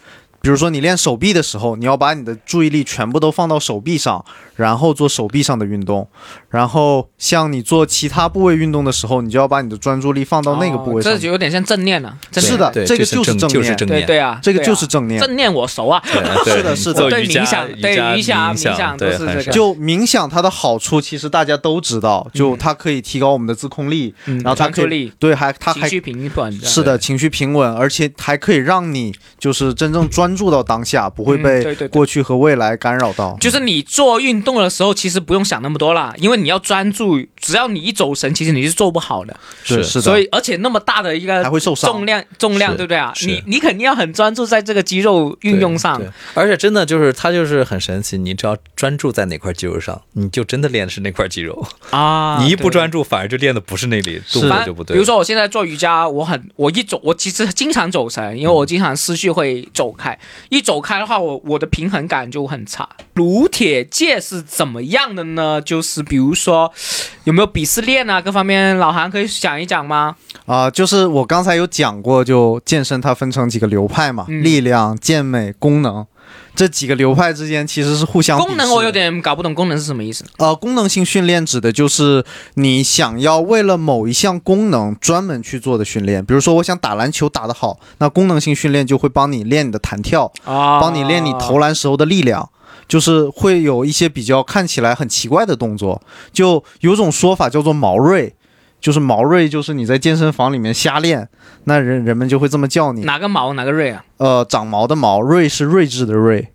Speaker 2: 比如说你练手臂的时候，你要把你的注意力全部都放到手臂上，然后做手臂上的运动；然后像你做其他部位运动的时候，你就要把你的专注力放到那个部位
Speaker 1: 哦
Speaker 2: 上
Speaker 1: 这。就有点像正念了。正
Speaker 3: 对
Speaker 1: 念
Speaker 2: 是的
Speaker 3: 对
Speaker 2: 这个
Speaker 3: 就
Speaker 2: 就是
Speaker 3: 正
Speaker 2: 正
Speaker 3: 就是
Speaker 2: 念
Speaker 3: 正
Speaker 1: 对
Speaker 3: 念，
Speaker 1: 对啊，
Speaker 2: 这个
Speaker 1: 对啊
Speaker 2: 就是正念。
Speaker 1: 正念，我熟啊。
Speaker 3: 对
Speaker 2: 是的是的
Speaker 3: 做
Speaker 1: 对
Speaker 3: 瑜伽
Speaker 1: 冥想
Speaker 3: 瑜
Speaker 1: 对
Speaker 3: 伽
Speaker 1: 瑜伽
Speaker 3: 冥
Speaker 1: 冥想
Speaker 3: 对，
Speaker 1: 都是
Speaker 3: 还
Speaker 1: 这个
Speaker 2: 就冥想，它的好处其实大家都知道，就
Speaker 1: 嗯
Speaker 2: 它可以提高我们的自控力，
Speaker 1: 嗯
Speaker 2: 然后它
Speaker 1: 专
Speaker 2: 可
Speaker 1: 注
Speaker 2: 以
Speaker 1: 力、
Speaker 2: 对，还它
Speaker 1: 情
Speaker 2: 还
Speaker 1: 绪平稳的，
Speaker 2: 是的，情绪平稳，而且还可以让你就是真正专注到当下，不会
Speaker 1: 嗯对对
Speaker 2: 被
Speaker 1: 对
Speaker 2: 过去和未来干扰到。
Speaker 1: 就是你做运动的时候，其实不用想那么多啦，因为你要专注，只要你一走神，其实你是做不好的。
Speaker 3: 是
Speaker 2: 是的，
Speaker 1: 所以，而且那么大的一个
Speaker 2: 还会受伤
Speaker 1: 重量，重量
Speaker 3: 是
Speaker 1: 对不对啊？
Speaker 3: 是
Speaker 1: 你你肯定要很专注在这个肌肉运用上
Speaker 3: 对。对而且真的就是它就是很神奇，你只要专注在哪块肌肉上，你就真的练的是那块肌肉。
Speaker 1: 啊
Speaker 3: 你一不
Speaker 1: 对
Speaker 3: 专注，反而就练的不是那里，动
Speaker 1: 反
Speaker 3: 作
Speaker 1: 正
Speaker 3: 就不对。
Speaker 1: 比如，说我现在做瑜伽，我很我一走，我其实经常走神，因为我经常思绪会走开。一走开的话，我我的平衡感就很差。撸铁界是怎么样的呢？就是比如说有没有鄙视链啊，各方面，老韩可以讲一讲吗？
Speaker 2: 啊、就是我刚才有讲过，就健身它分成几个流派嘛，
Speaker 1: 嗯
Speaker 2: 力量、健美、功能这几个流派之间其实是互相
Speaker 1: 功
Speaker 2: 鄙
Speaker 1: 能
Speaker 2: 视
Speaker 1: 我有
Speaker 2: 的
Speaker 1: 点搞不懂，功能是什么意思？
Speaker 2: 呃，功能性训练指的就是你想要为了某一项功能专门去做的训练，比如说我想打篮球打得好，那功能性训练就会帮你练你的弹跳，
Speaker 1: 啊
Speaker 2: 帮你练你投篮时候的力量，就是会有一些比较看起来很奇怪的动作，就有种说法叫做毛锐，就是毛锐就是你在健身房里面瞎练，那人人们就会这么叫你。
Speaker 1: 哪个毛哪个锐啊？
Speaker 2: 呃，长毛的毛，锐是睿智的锐，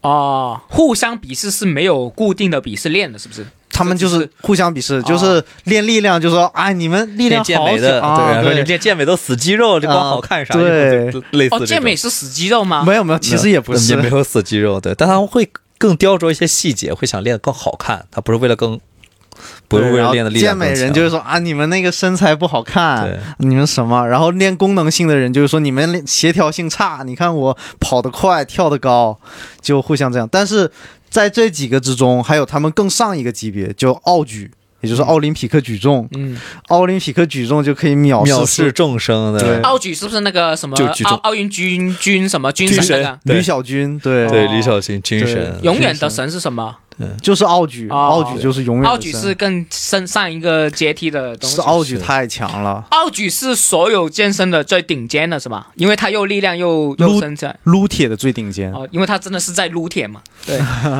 Speaker 1: 哦，互相鄙视是没有固定的鄙视链的，是不是？
Speaker 2: 他们就
Speaker 1: 这
Speaker 2: 是互相鄙视，
Speaker 1: 哦
Speaker 2: 就是练力量就说啊，你们力量
Speaker 3: 啊练
Speaker 2: 好
Speaker 3: 健美的，
Speaker 2: 小啊，
Speaker 3: 然后你
Speaker 2: 对
Speaker 3: 们。练健美都死肌肉，这光
Speaker 2: 啊
Speaker 3: 好看啥？
Speaker 2: 对
Speaker 3: 就类似这
Speaker 1: 哦，
Speaker 3: 种
Speaker 1: 健美是死肌肉吗？
Speaker 2: 没有没有，其实也不
Speaker 3: 也
Speaker 2: 是，
Speaker 3: 嗯没有死肌肉，对，但他们会更雕琢一些细节，会想练得更好看，他不是为了更，不是
Speaker 2: 对
Speaker 3: 为
Speaker 2: 然
Speaker 3: 了
Speaker 2: 后
Speaker 3: 练的力
Speaker 2: 健
Speaker 3: 量
Speaker 2: 美
Speaker 3: 更
Speaker 2: 人
Speaker 3: 强
Speaker 2: 就是说啊，你们那个身材不好看，
Speaker 3: 对。
Speaker 2: 你们什么？然后练功能性的人就是说你们练协调性差，你看我跑得快，跳得高，就互相这样。但是在这几个之中，还有他们更上一个级别，就奥举，也就是奥林匹克举重。
Speaker 1: 嗯，
Speaker 2: 奥林匹克举重就可以藐视
Speaker 3: 藐视众生的
Speaker 2: 对
Speaker 1: 奥举是不是那个什么
Speaker 3: 就举重
Speaker 1: 奥奥运军军什么军
Speaker 3: 军
Speaker 1: 神那
Speaker 3: 神
Speaker 1: 个？
Speaker 2: 吕小军，对，
Speaker 3: 对李小军军
Speaker 2: 嗯
Speaker 3: 神，
Speaker 1: 永远的神是什么？
Speaker 2: 就是奥举，
Speaker 1: 哦
Speaker 2: 奥举就是永远的
Speaker 1: 奥举
Speaker 2: 神
Speaker 1: 是更升上一个阶梯的东西
Speaker 2: 是。奥举太强了。
Speaker 1: 奥举是所有健身的最顶尖的，是吧？因为它又力量又
Speaker 2: 撸
Speaker 1: 又身材
Speaker 2: 撸铁的最顶尖、
Speaker 1: 哦，因为它真的是在撸铁嘛。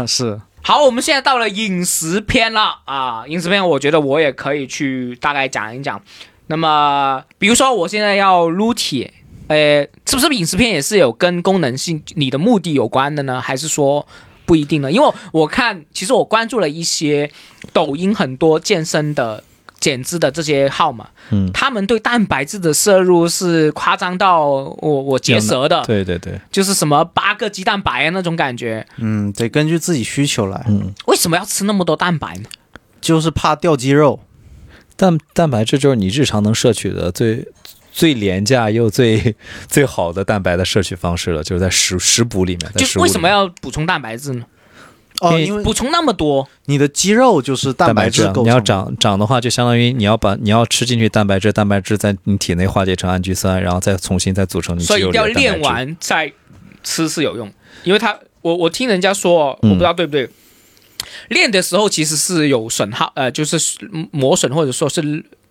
Speaker 2: 是
Speaker 1: 好，我们现在到了饮食篇了啊！饮食篇，我觉得我也可以去大概讲一讲。那么，比如说我现在要撸铁，呃，是不是饮食篇也是有跟功能性、你的目的有关的呢？还是说不一定呢，因为我看其实我关注了一些抖音很多健身的。减脂的这些号嘛，
Speaker 3: 嗯
Speaker 1: 他们对蛋白质的摄入是夸张到我我结舌的，
Speaker 3: 对对对，
Speaker 1: 就是什么八个鸡蛋白啊那种感觉。
Speaker 2: 嗯，得根据自己需求来，
Speaker 3: 嗯，
Speaker 1: 为什么要吃那么多蛋白呢？
Speaker 2: 就是怕掉肌肉。
Speaker 3: 蛋蛋白质就是你日常能摄取的最最廉价又最最好的蛋白的摄取方式了，就是在食食补里面，在食
Speaker 1: 就
Speaker 3: 物
Speaker 1: 为
Speaker 3: 里
Speaker 1: 什么
Speaker 3: 面
Speaker 1: 要补充蛋白质呢？
Speaker 2: 哦，
Speaker 3: 因为
Speaker 2: 因为
Speaker 1: 补充那么多，
Speaker 2: 你的肌肉就是蛋
Speaker 3: 蛋
Speaker 2: 白
Speaker 3: 白
Speaker 2: 质
Speaker 3: 质啊
Speaker 2: 构成的。
Speaker 3: 你要长长的话，就相当于你要把你要吃进去蛋白质，蛋白质在你体内化解成氨基酸，然后再重新再组成你肌
Speaker 1: 所以
Speaker 3: 肉
Speaker 1: 一
Speaker 3: 里
Speaker 1: 定要
Speaker 3: 的蛋
Speaker 1: 练
Speaker 3: 白质。
Speaker 1: 完再吃是有用，因为他我我听人家说，哦
Speaker 3: 嗯
Speaker 1: 我不知道对不对。练的时候其实是有损耗，呃，就是磨损或者说是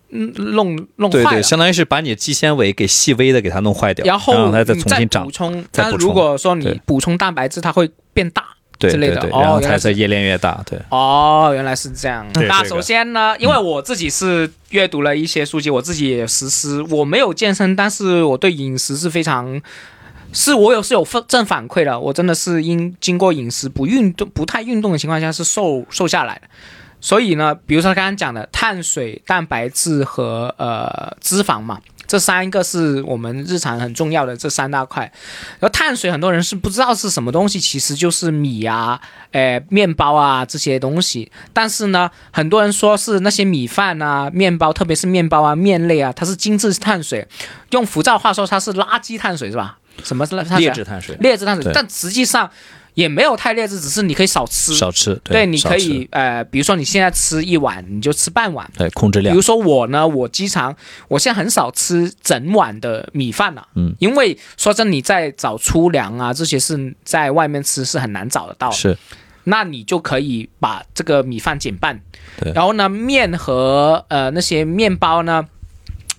Speaker 1: 嗯弄弄
Speaker 3: 对
Speaker 1: 坏
Speaker 3: 对，
Speaker 1: 了，
Speaker 3: 相当于是把你的肌纤维给细微的给它弄坏掉，
Speaker 1: 然后
Speaker 3: 后它再
Speaker 1: 你
Speaker 3: 啊重新长
Speaker 1: 补，充。
Speaker 3: 再补
Speaker 1: 但
Speaker 3: 充
Speaker 1: 如果说你
Speaker 3: 对
Speaker 1: 补充蛋白质，它会变大。
Speaker 3: 对
Speaker 1: 之类
Speaker 3: 对
Speaker 1: 的
Speaker 3: 对，
Speaker 1: 哦
Speaker 3: 然后
Speaker 1: 原来
Speaker 3: 才
Speaker 1: 是
Speaker 3: 再越练越大，对。
Speaker 1: 哦，原来是这样。
Speaker 3: 对
Speaker 1: 那
Speaker 3: 这个嗯
Speaker 1: 首先呢，因为我自己是阅读了一些书籍，我自己也实施，我没有健身，但是我对饮食是非常。是我有是有反正反馈的，我真的是因经过饮食不运动、不太运动的情况下是瘦瘦下来的。所以呢，比如说刚刚讲的碳水、蛋白质和呃脂肪嘛，这三个是我们日常很重要的这三大块。然后碳水很多人是不知道是什么东西，其实就是米啊、呃面包啊这些东西。但是呢，很多人说是那些米饭啊、面包，特别是面包啊、面类啊，它是精致碳水，用浮躁话说它是垃圾碳水是吧？什么是垃圾碳水
Speaker 3: 劣
Speaker 1: 啊？
Speaker 3: 质碳水
Speaker 1: 劣质碳水
Speaker 3: 对，
Speaker 1: 但实际上也没有太劣质，只是你可以少吃。
Speaker 3: 少吃，
Speaker 1: 嗯对，你
Speaker 3: 少
Speaker 1: 可
Speaker 3: 吃
Speaker 1: 以呃，比如说你现在吃一碗，你就吃半碗。
Speaker 3: 对控制
Speaker 1: 比
Speaker 3: 量
Speaker 1: 如，说我呢，我经常我现在很少吃整碗的米饭了、
Speaker 3: 嗯，
Speaker 1: 因为说真的，你在找粗粮啊这些是在外面吃是很难找得到的。
Speaker 3: 是
Speaker 1: 那你就可以把这个米饭减半
Speaker 3: 对，
Speaker 1: 然后呢，面和呃那些面包呢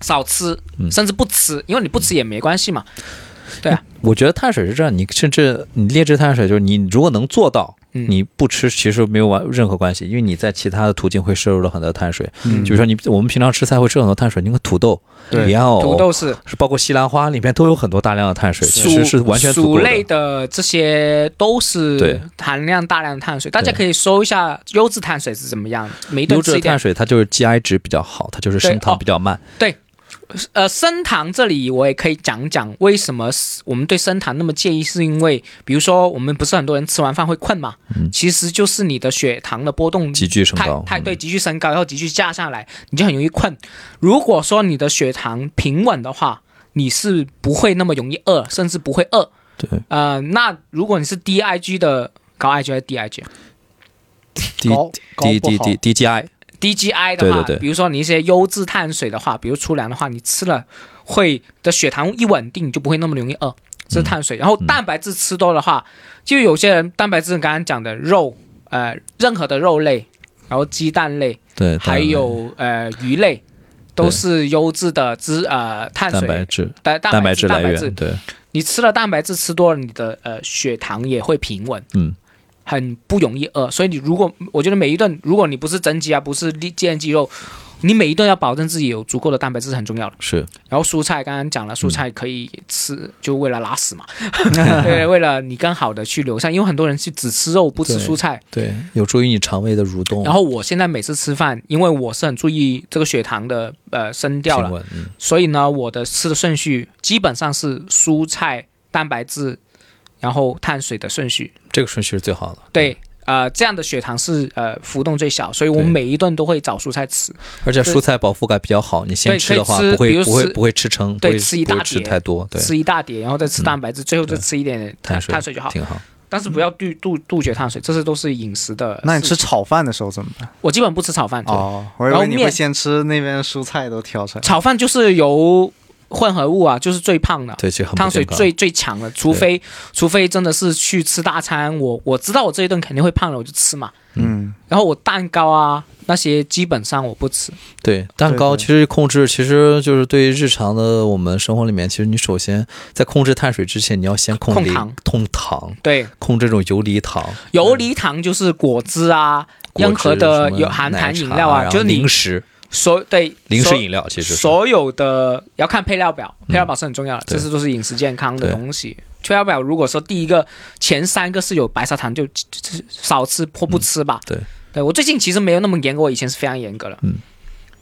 Speaker 1: 少吃，
Speaker 3: 嗯
Speaker 1: 甚至不吃，因为你不吃也没关系嘛。对啊，
Speaker 3: 我觉得碳水是这样，你甚至你劣质碳水就是你如果能做到，
Speaker 1: 嗯
Speaker 3: 你不吃其实没有完任何关系，因为你在其他的途径会摄入了很多碳水，
Speaker 2: 嗯
Speaker 3: 比如说你我们平常吃菜会吃很多碳水，你看土豆、
Speaker 2: 对
Speaker 3: 莲藕、
Speaker 1: 土豆是
Speaker 3: 是包括西兰花里面都有很多大量的碳水，其
Speaker 1: 薯
Speaker 3: 实是完全足
Speaker 1: 薯
Speaker 3: 够的
Speaker 1: 类的这些都是
Speaker 3: 对
Speaker 1: 含量大量的碳水，大家可以搜一下优质碳水是怎么样，每顿
Speaker 3: 优质
Speaker 1: 吃
Speaker 3: 的
Speaker 1: 一点
Speaker 3: 碳。水它就是 GI 值比较好，它就是升
Speaker 1: 对哦
Speaker 3: 糖比较慢。
Speaker 1: 呃，升糖这里我也可以讲讲为什么是我们对升糖那么介意，是因为比如说我们不是很多人吃完饭会困嘛，
Speaker 3: 嗯
Speaker 1: 其实就是你的血糖的波动
Speaker 3: 急剧升
Speaker 1: 太
Speaker 3: 高，
Speaker 1: 太对，急剧升高，然后急剧降下来，你就很容易困。如果说你的血糖平稳的话，你是不会那么容易饿，甚至不会饿。
Speaker 3: 对
Speaker 1: 呃，那如果你是 DIG 的高 IG 还是 DIG？
Speaker 3: 低
Speaker 2: 高高
Speaker 3: 低
Speaker 2: 不
Speaker 3: 低
Speaker 2: 好
Speaker 3: 低低 GI，
Speaker 1: DGI 的话，
Speaker 3: 对对对
Speaker 1: 比如说你一些优质碳水的话，比如粗粮的话，你吃了会的血糖一稳定，你就不会那么容易饿，这是碳
Speaker 3: 嗯
Speaker 1: 水。然后蛋白质吃多的话，就有些人蛋白质刚刚讲的肉，呃，任何的肉类，然后鸡蛋类，
Speaker 3: 对，
Speaker 1: 还有呃鱼类，都是优质的脂呃碳
Speaker 3: 蛋
Speaker 1: 水
Speaker 3: 白质。
Speaker 1: 的
Speaker 3: 蛋
Speaker 1: 蛋
Speaker 3: 白
Speaker 1: 白
Speaker 3: 质
Speaker 1: 质
Speaker 3: 来
Speaker 1: 蛋白
Speaker 3: 源，
Speaker 1: 质。
Speaker 3: 对，
Speaker 1: 你吃了蛋白质吃多了，你的呃血糖也会平稳。
Speaker 3: 嗯，
Speaker 1: 很不容易饿，所以你如果我觉得每一顿，如果你不是增肌啊，不是练健肌肉，你每一顿要保证自己有足够的蛋白质是很重要的。
Speaker 3: 是
Speaker 1: 然后蔬菜刚刚讲了，
Speaker 3: 嗯
Speaker 1: 蔬菜可以吃，就为了拉屎嘛， 对，为了你更好的去流散，因为很多人是只吃肉不吃
Speaker 3: 对
Speaker 1: 蔬菜。
Speaker 3: 对，有助于你肠胃的蠕动，
Speaker 1: 然后我现在每次吃饭，因为我是很注意这个血糖的呃升调
Speaker 3: 平
Speaker 1: 了，
Speaker 3: 稳，嗯，
Speaker 1: 所以呢，我的吃的顺序基本上是蔬菜、蛋白质，然后碳水的顺序。
Speaker 3: 这个顺序是最好的。
Speaker 1: 对，呃，这样的血糖是呃浮动最小，所以我们
Speaker 3: 对
Speaker 1: 每一顿都会找蔬菜吃。
Speaker 3: 而且
Speaker 1: 对
Speaker 3: 蔬菜饱腹感比较好，你先
Speaker 1: 对
Speaker 3: 吃的话
Speaker 1: 可以吃
Speaker 3: 不
Speaker 1: 比如
Speaker 3: 会不会
Speaker 1: 吃
Speaker 3: 不会吃撑，
Speaker 1: 对
Speaker 3: 不会
Speaker 1: 吃一大
Speaker 3: 不会吃
Speaker 1: 碟
Speaker 3: 太多，对，
Speaker 1: 吃一大碟，然后再吃蛋白质，最后就吃一点点
Speaker 3: 碳水
Speaker 1: 水碳水就好。
Speaker 3: 挺好。
Speaker 1: 但是不要杜杜杜绝碳水，这些都是饮食的。
Speaker 2: 那你吃？炒饭的时候怎么办？
Speaker 1: 我基本不吃炒饭。
Speaker 2: 哦，我以
Speaker 1: 然后
Speaker 2: 为你会
Speaker 1: 面
Speaker 2: 先吃那边蔬菜都挑出来。
Speaker 1: 炒饭就是由混合物啊，就是最胖的。
Speaker 3: 对，其实很不
Speaker 1: 碳水
Speaker 3: 健康
Speaker 1: 最最强的，除非除非真的是去吃大餐，我我知道我这一顿肯定会胖了，我就吃嘛。
Speaker 2: 嗯，
Speaker 1: 然后我蛋糕啊那些基本上我不吃，
Speaker 3: 对蛋
Speaker 2: 对
Speaker 3: 糕，
Speaker 2: 对
Speaker 3: 其实控制其实就是对于日常的我们生活里面，其实你首先在控制碳水之前，你要先控
Speaker 1: 控
Speaker 3: 离
Speaker 1: 糖
Speaker 3: 控糖，
Speaker 1: 对，
Speaker 3: 控这种游离糖、
Speaker 1: 游离糖就是果汁啊，
Speaker 3: 果
Speaker 1: 任何
Speaker 3: 汁
Speaker 1: 的
Speaker 3: 什么
Speaker 1: 有含
Speaker 3: 奶
Speaker 1: 糖饮
Speaker 3: 茶
Speaker 1: 料啊，
Speaker 3: 然
Speaker 1: 就
Speaker 3: 后
Speaker 1: 是你
Speaker 3: 零食、
Speaker 1: 所对
Speaker 3: 零食
Speaker 1: 所
Speaker 3: 饮料，其实是嗯
Speaker 1: 所有的要看配料表，配料表是很重要的，这是都是饮食健康的
Speaker 3: 对
Speaker 1: 东西。推表如果说第一个前三个是有白砂糖，就就就少吃或不吃吧。
Speaker 3: 嗯对，
Speaker 1: 对我最近其实没有那么严格，我以前是非常严格的。
Speaker 3: 嗯。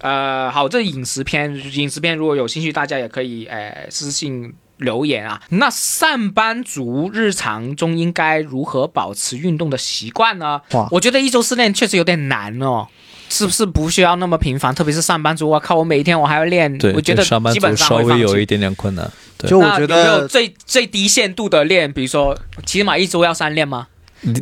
Speaker 1: 呃，好，这饮食篇，饮食篇如果有兴趣，大家也可以呃私信留言啊。那上班族日常中应该如何保持运动的习惯呢
Speaker 3: 啊
Speaker 2: 哇？
Speaker 1: 我觉得一周之内确实有点难哦。是不是不需要那么频繁？特别是上班族，我靠，我每一天我还要练，
Speaker 3: 对，
Speaker 1: 嗯我觉得
Speaker 3: 这上班
Speaker 1: 基本
Speaker 3: 族
Speaker 1: 上
Speaker 3: 稍
Speaker 1: 会
Speaker 3: 微
Speaker 1: 放
Speaker 3: 有
Speaker 1: 弃
Speaker 3: 一点点困难。对
Speaker 2: 就我
Speaker 1: 那
Speaker 2: 觉
Speaker 1: 有没有
Speaker 2: 得
Speaker 1: 最最低限度的练，比如说起码一周要三练 吗？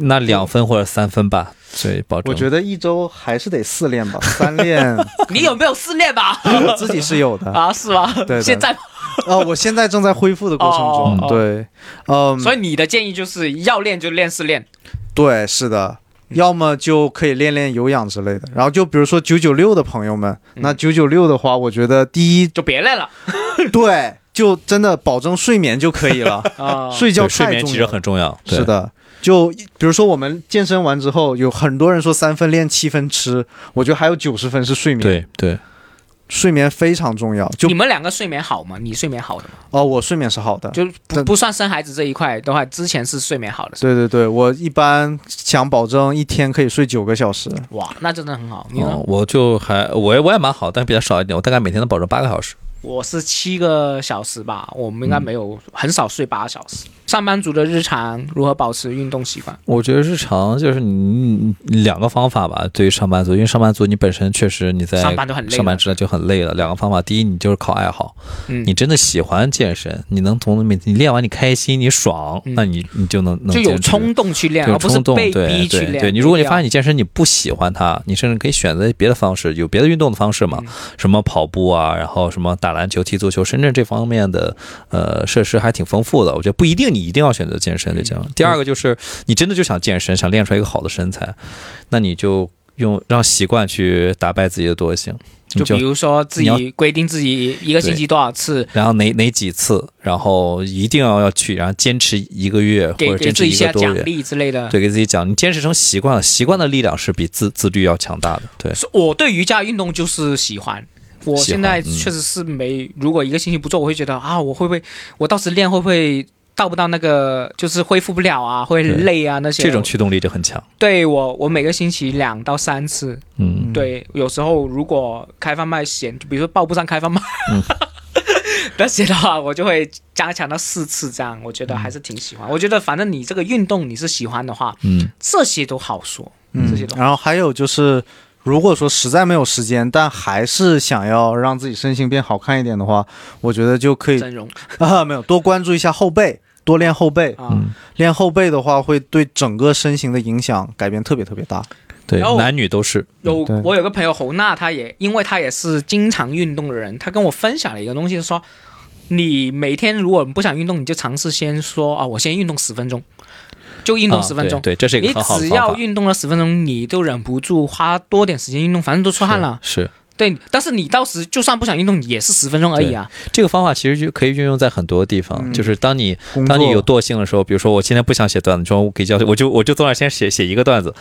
Speaker 3: 那两分或者三分吧，所以保证。
Speaker 2: 我觉得一周还是得四练吧，三练
Speaker 1: 你有没有四练 吧？
Speaker 2: 我自己是有 的啊、
Speaker 1: 啊，是吧？
Speaker 2: 对的
Speaker 1: 现在，
Speaker 2: 我现在正在恢复的过程中，
Speaker 1: 哦哦哦
Speaker 2: 对，嗯，
Speaker 1: 所以你的建议就是要练就练四练，
Speaker 2: 对，是的，
Speaker 1: 嗯
Speaker 2: 要么就可以练练有氧之类的。然后就比如说九九六的朋友们，
Speaker 1: 嗯
Speaker 2: 那九九六的话，我觉得第一，
Speaker 1: 就别练 了
Speaker 2: 对，就真的保证睡眠就可以 了，
Speaker 1: 啊。
Speaker 2: 睡觉
Speaker 3: 对睡
Speaker 2: 太
Speaker 3: 眠
Speaker 2: 重
Speaker 3: 其
Speaker 2: 要
Speaker 3: 实
Speaker 2: 了。
Speaker 3: 很重要。对
Speaker 2: 是，的，就比如说我们健身完之后，有很多人说三分练七分吃，我觉得还有九十分是睡眠，，
Speaker 3: 对对，
Speaker 2: 睡眠非常重要。就
Speaker 1: 啊你们两个睡眠好吗？你睡眠好的吗？
Speaker 2: 哦，我睡眠是好的，
Speaker 1: 就不
Speaker 2: 但
Speaker 1: 不算生孩子这一块的话，之前是睡眠好的。
Speaker 2: 对对对，我一般想保证一天可以睡九个小时。
Speaker 1: 哇，那真的很好。你呢
Speaker 3: 哦，？我就还我也我也蛮好，但是比较少一点。我大概每天能保证八个小时。
Speaker 1: 我是七个小时吧，我们应该没有很少睡八个小
Speaker 3: 嗯
Speaker 1: 时。上班族的日常如何保持运动习惯？
Speaker 3: 我觉得日常就是你你两个方法吧，对于上班族，因为上班族你本身确实你在
Speaker 1: 上班都很累了
Speaker 3: 上班之类就很累了。两个方法，第一你就是靠爱好，
Speaker 1: 嗯
Speaker 3: 你，真的喜欢健身，你能从每你练完你开心你爽，
Speaker 1: 嗯
Speaker 3: 那你你就能能
Speaker 1: 就有
Speaker 3: 坚持
Speaker 1: 冲动去练，
Speaker 3: 对
Speaker 1: 而不是
Speaker 3: 冲动，
Speaker 1: 被
Speaker 3: 对
Speaker 1: 逼去
Speaker 3: 对
Speaker 1: 练。
Speaker 3: 对，你如果你发
Speaker 1: 现
Speaker 3: 现你健身你不喜欢它，你甚至可以选择别的方式，有别的运动的方式嘛，
Speaker 1: 嗯
Speaker 3: 什么跑步啊，然后什么打篮球、踢足球，深圳这方面的呃设施还挺丰富的。我觉得不一定你一定要选择健身，就
Speaker 1: 嗯
Speaker 3: 这样。第二个就是你真的就想健身，想练出来一个好的身材，那你就用让习惯去打败自己的惰性，你
Speaker 1: 就比如说自
Speaker 3: 你要
Speaker 1: 己规定自己一个星期多少次，
Speaker 3: 然后哪哪几次，然后一定要要去，然后坚持一个月或
Speaker 1: 给
Speaker 3: 者
Speaker 1: 给
Speaker 3: 坚
Speaker 1: 自己一
Speaker 3: 持一个
Speaker 1: 些
Speaker 3: 多
Speaker 1: 奖
Speaker 3: 月。
Speaker 1: 励之类的。
Speaker 3: 对，给自己讲，你坚持成习惯了，习惯的力量是比自自律要强大的。对，
Speaker 1: 是我对瑜伽运动就是喜欢。我
Speaker 3: 喜
Speaker 1: 现
Speaker 3: 欢
Speaker 1: 在
Speaker 3: 嗯
Speaker 1: 确实是没，如果一个星期不做，我会觉得啊，我会不会，我到时练会不会到不到那个，就是恢复不了啊，会
Speaker 3: 对
Speaker 1: 累啊那些。
Speaker 3: 这种驱动力就很强。
Speaker 1: 对我，我每个星期两到三次。
Speaker 3: 嗯，
Speaker 1: 对，有时候如果开放麦闲，就比如说报不上开放麦，
Speaker 3: 嗯
Speaker 1: 那些的话，我就会加强到四次这样。我觉得还是挺喜欢。我觉得反正你这个运动你是喜欢的话，
Speaker 3: 嗯，
Speaker 1: 这些都好说，这些
Speaker 2: 嗯
Speaker 1: 都，好。
Speaker 2: 然后还有就是，如果说实在没有时间，但还是想要让自己身形变好看一点的话，我觉得就可以
Speaker 1: 整容
Speaker 2: 啊，没有多关注一下后背，多练后背。
Speaker 1: 啊，
Speaker 3: 嗯
Speaker 2: 练后背的话，会对整个身形的影响改变特别特别大。
Speaker 3: 对
Speaker 1: 然后，
Speaker 3: 男女都是。
Speaker 1: 有
Speaker 2: 对
Speaker 1: 我有个朋友侯娜，她也因为她也是经常运动的人，她跟我分享了一个东西，说你每天如果不想运动，你就尝试先说啊，我先运动十分钟，就运动
Speaker 3: 啊
Speaker 1: 十分钟。
Speaker 3: 对，对这是
Speaker 1: 你
Speaker 3: 一个很好的
Speaker 1: 只
Speaker 3: 方法
Speaker 1: 要运动了十分钟，你都忍不住花多点时间运动，反正都出汗了。
Speaker 3: 是
Speaker 1: 对，但是你到时就算不想运动，也是十分钟而已啊。
Speaker 3: 是这个方法，其实就可以运用在很多地方。
Speaker 2: 嗯
Speaker 3: 就是当你
Speaker 2: 工作
Speaker 3: 当你有惰性的时候，比如说我今天不想写段子，你说我给教，我就我就坐那儿先写写一个段子，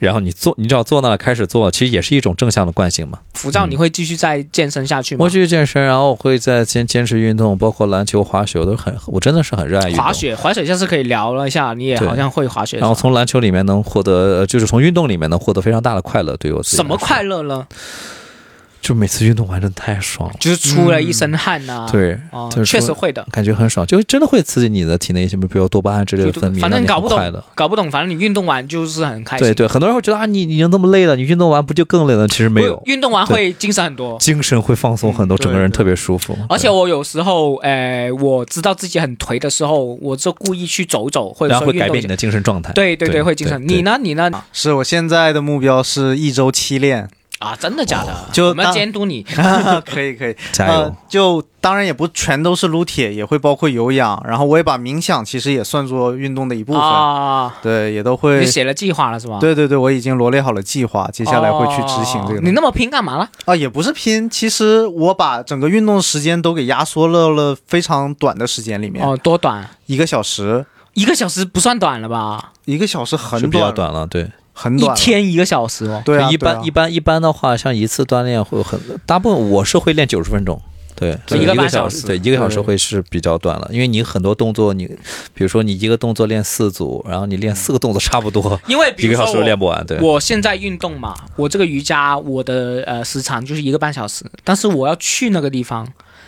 Speaker 3: 然后你坐，你只要坐那儿开始做，其实也是一种正向的惯性嘛。
Speaker 1: 浮躁，你会继续再健身下去吗
Speaker 3: 我？去健身，然后我会再坚坚持运动，包括篮球、滑雪，我都很，我真的是很热爱运动。
Speaker 1: 滑雪，滑雪下次可以聊了一下，你也
Speaker 3: 对
Speaker 1: 好像会滑雪是吧。
Speaker 3: 然后从篮球里面能获得，呃就是从运动里面能获得非常大的快乐，对于我自己
Speaker 1: 什么
Speaker 3: 来说
Speaker 1: 快乐呢？
Speaker 3: 就每次运动完真的太爽了，
Speaker 1: 就是出了一身汗呐、
Speaker 3: 嗯对，
Speaker 1: 哦
Speaker 3: 就是，
Speaker 1: 确
Speaker 3: 说
Speaker 1: 实会的。
Speaker 3: 感觉很爽，就真的会刺激你的体内一些，比如多巴胺之类的
Speaker 1: 就
Speaker 3: 分泌，
Speaker 1: 反正
Speaker 3: 让你
Speaker 1: 搞
Speaker 3: 很
Speaker 1: 不懂
Speaker 3: 快乐。
Speaker 1: 搞不懂，反正你运动完就是很开心。
Speaker 3: 对对，很多人会觉得啊，你你已经这么累了，你运动完不就更累了？其实没有
Speaker 1: 不，运动完会精神很多。
Speaker 3: 精神会放松很多，
Speaker 2: 嗯
Speaker 3: 整个人
Speaker 2: 对对
Speaker 3: 特别舒服。
Speaker 1: 而且我有时候，呃，我知道自己很颓的时候，我就故意去走走，或
Speaker 3: 对
Speaker 1: 者
Speaker 3: 然后
Speaker 1: 说
Speaker 3: 会
Speaker 1: 运
Speaker 3: 改
Speaker 1: 动一呃
Speaker 3: 变你
Speaker 1: 下。
Speaker 3: 的精神状态。
Speaker 1: 对对
Speaker 3: 哎对
Speaker 1: 对，会精神。
Speaker 3: 对
Speaker 1: 你呢？你呢？
Speaker 2: 是我现在的目标是一周七练，
Speaker 1: 啊，真的假的？
Speaker 2: 哦就
Speaker 1: 我们
Speaker 2: 当
Speaker 1: 监督你。
Speaker 2: 可以可以，
Speaker 3: 加油
Speaker 2: 呃！就当然也不全都是撸铁，也会包括有氧，然后我也把冥想其实也算作运动的一部分，
Speaker 1: 啊，
Speaker 2: 对，也都
Speaker 1: 你
Speaker 2: 会。
Speaker 1: 写了计划了是吧？，哦
Speaker 2: 对对对，我已经罗列好了计划，接下来会去执行这个
Speaker 1: 你
Speaker 2: 东西。
Speaker 1: 那么拼干嘛了？
Speaker 2: 啊，也不是拼，其实我把整个运动时间都给压缩到了非常短的时间里面，
Speaker 1: 哦，多短？
Speaker 2: 一个小时，一
Speaker 1: 一个小时不算短了吧？
Speaker 2: 一个小时很
Speaker 3: 是比较
Speaker 2: 短，
Speaker 3: 短了，对。
Speaker 2: 很
Speaker 1: 一
Speaker 2: 短了，
Speaker 1: 天一个小时哦。
Speaker 2: 对啊，
Speaker 3: 一
Speaker 2: 对啊
Speaker 3: 般一般一般的话，像一次锻炼会有很，大部分我是会练九十分钟，对，
Speaker 1: 就
Speaker 3: 对
Speaker 1: 一个半
Speaker 3: 小
Speaker 1: 小时
Speaker 3: 对，一个小时
Speaker 1: 对
Speaker 3: 会是比较短了，因为你很多动作你，比如说你一个动作练四组，然后你练四个动作差不多，
Speaker 1: 因 为比
Speaker 3: 一个
Speaker 1: 如
Speaker 3: 小
Speaker 1: 说
Speaker 3: 时练
Speaker 1: 我
Speaker 3: 不完，对。
Speaker 1: 我现在运动嘛，我这个瑜伽我的呃时长就是一个半小时，但是我要去那个地方，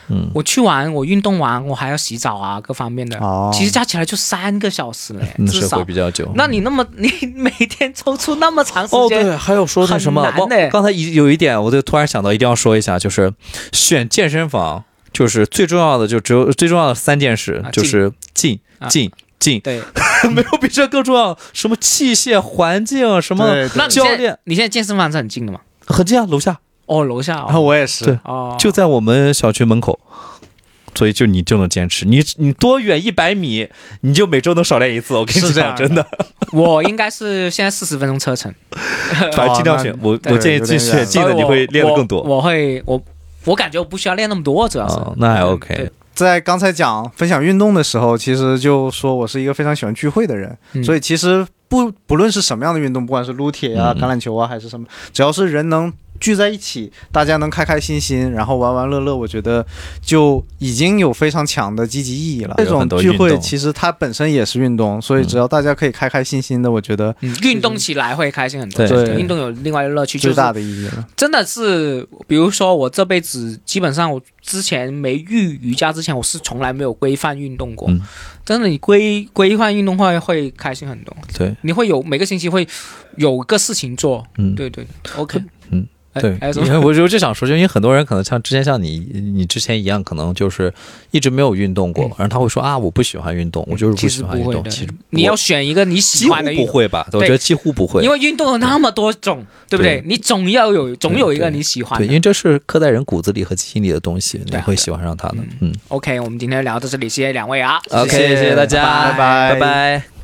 Speaker 3: 嗯，
Speaker 1: 我去完我运动完我还要洗澡啊各方面的，
Speaker 2: 哦，
Speaker 1: 其实加起来就三个小时嘞，
Speaker 3: 那
Speaker 1: 至
Speaker 3: 嗯是会
Speaker 1: 少。
Speaker 3: 比较久。
Speaker 1: 那你那么 你每天抽出那么长时
Speaker 3: 哦，
Speaker 1: 间，
Speaker 3: 对，还有说那什么，
Speaker 1: 很难
Speaker 3: 忘
Speaker 1: 呢
Speaker 3: 刚才一有一点，我就突然想到，一定要说一下，就是选健身房，就是最重要的，就只有最重要的三件事，
Speaker 1: 啊
Speaker 3: 就是进
Speaker 1: 啊
Speaker 3: 进进，
Speaker 1: 对，
Speaker 3: 没有比这更重要。什么器械、环境，什么
Speaker 2: 对，
Speaker 1: 那
Speaker 2: 对
Speaker 1: 你
Speaker 3: 教
Speaker 1: 现在
Speaker 3: 练
Speaker 1: 你现在健身房是很近的嘛？
Speaker 3: 很近啊，楼下
Speaker 1: 哦，楼下哦
Speaker 2: 然后 我也是
Speaker 3: 对，
Speaker 1: 哦，
Speaker 3: 就在我们小区门口。所以就你就能坚持，你你多远一百米，你就每周能少练一次。我跟你
Speaker 2: 是这
Speaker 3: 讲，
Speaker 2: 样
Speaker 3: 真
Speaker 1: 哦
Speaker 3: 的，
Speaker 1: 我应该是现在四十分钟车程，
Speaker 3: 反正尽量选
Speaker 2: 哦。那
Speaker 3: 我我
Speaker 2: 对
Speaker 3: 建议
Speaker 2: 有
Speaker 3: 去
Speaker 2: 点远
Speaker 3: 选
Speaker 2: 了
Speaker 3: 近
Speaker 1: 所
Speaker 3: 的，
Speaker 1: 以
Speaker 3: 你
Speaker 1: 我
Speaker 3: 会练得
Speaker 1: 我
Speaker 3: 更多。
Speaker 1: 我会我我感觉我不需要练那么多，主要是
Speaker 3: 哦，那还
Speaker 1: 嗯
Speaker 3: OK
Speaker 1: 对。
Speaker 2: 在刚才讲分享运动的时候，其实就说我是一个非常喜欢聚会的人，
Speaker 1: 嗯
Speaker 2: 所以其实不不论是什么样的运动，不管是撸铁啊、
Speaker 3: 嗯
Speaker 2: 橄榄球啊，还是什么，只要是人能聚在一起，大家能开开心心，然后玩玩乐乐，我觉得就已经有非常强的积极意义了。这
Speaker 3: 有很
Speaker 2: 种
Speaker 3: 多
Speaker 2: 聚
Speaker 3: 运
Speaker 2: 会
Speaker 3: 动
Speaker 2: 其实它本身也是运动，所以只要大家可以开开心心的，我觉得
Speaker 1: 嗯，运动起来会开心很多。
Speaker 3: 对
Speaker 2: 对
Speaker 1: 运动有另外的乐趣，就
Speaker 2: 最
Speaker 1: 是
Speaker 2: 大的意义了。
Speaker 1: 真的是，比如说我这辈子基本上我之前没遇瑜伽之前，我是从来没有规范运动过。
Speaker 3: 嗯
Speaker 1: 真的，你规规范运动会会开心很多，
Speaker 3: 对，
Speaker 1: 你会有每个星期会有个事情做。
Speaker 3: 嗯，
Speaker 1: 对对，OK，
Speaker 3: 嗯
Speaker 1: 哎，
Speaker 3: 对
Speaker 1: 还有，什
Speaker 3: 因为
Speaker 1: 么？
Speaker 3: 我就就想说，就因为很多人可能像之前像你，你之前一样，可能就是一直没有运动过，然后他会说啊，我不喜欢运动，我就是
Speaker 1: 嗯其
Speaker 3: 喜
Speaker 1: 实
Speaker 3: 欢运
Speaker 1: 会
Speaker 3: 动。
Speaker 1: 的
Speaker 3: 其实，
Speaker 1: 你要
Speaker 3: 我
Speaker 1: 选一个你
Speaker 3: 几
Speaker 1: 喜
Speaker 3: 乎
Speaker 1: 欢的运
Speaker 3: 不
Speaker 1: 动。
Speaker 3: 会吧？我
Speaker 1: 对
Speaker 3: 觉得几乎不会，
Speaker 1: 因为运动有那么多种，对不对
Speaker 3: 对？
Speaker 1: 你总要有，总有一个你喜欢
Speaker 3: 对，
Speaker 1: 的
Speaker 3: 因。为这是刻在人骨子里和基因里的东西，你
Speaker 1: 对啊
Speaker 3: 会喜欢上它的。嗯
Speaker 1: OK，我们今天聊到这里，谢谢两位啊
Speaker 2: 谢谢
Speaker 3: ，OK，谢谢大
Speaker 1: 拜
Speaker 3: 家，
Speaker 2: 拜
Speaker 3: 拜拜。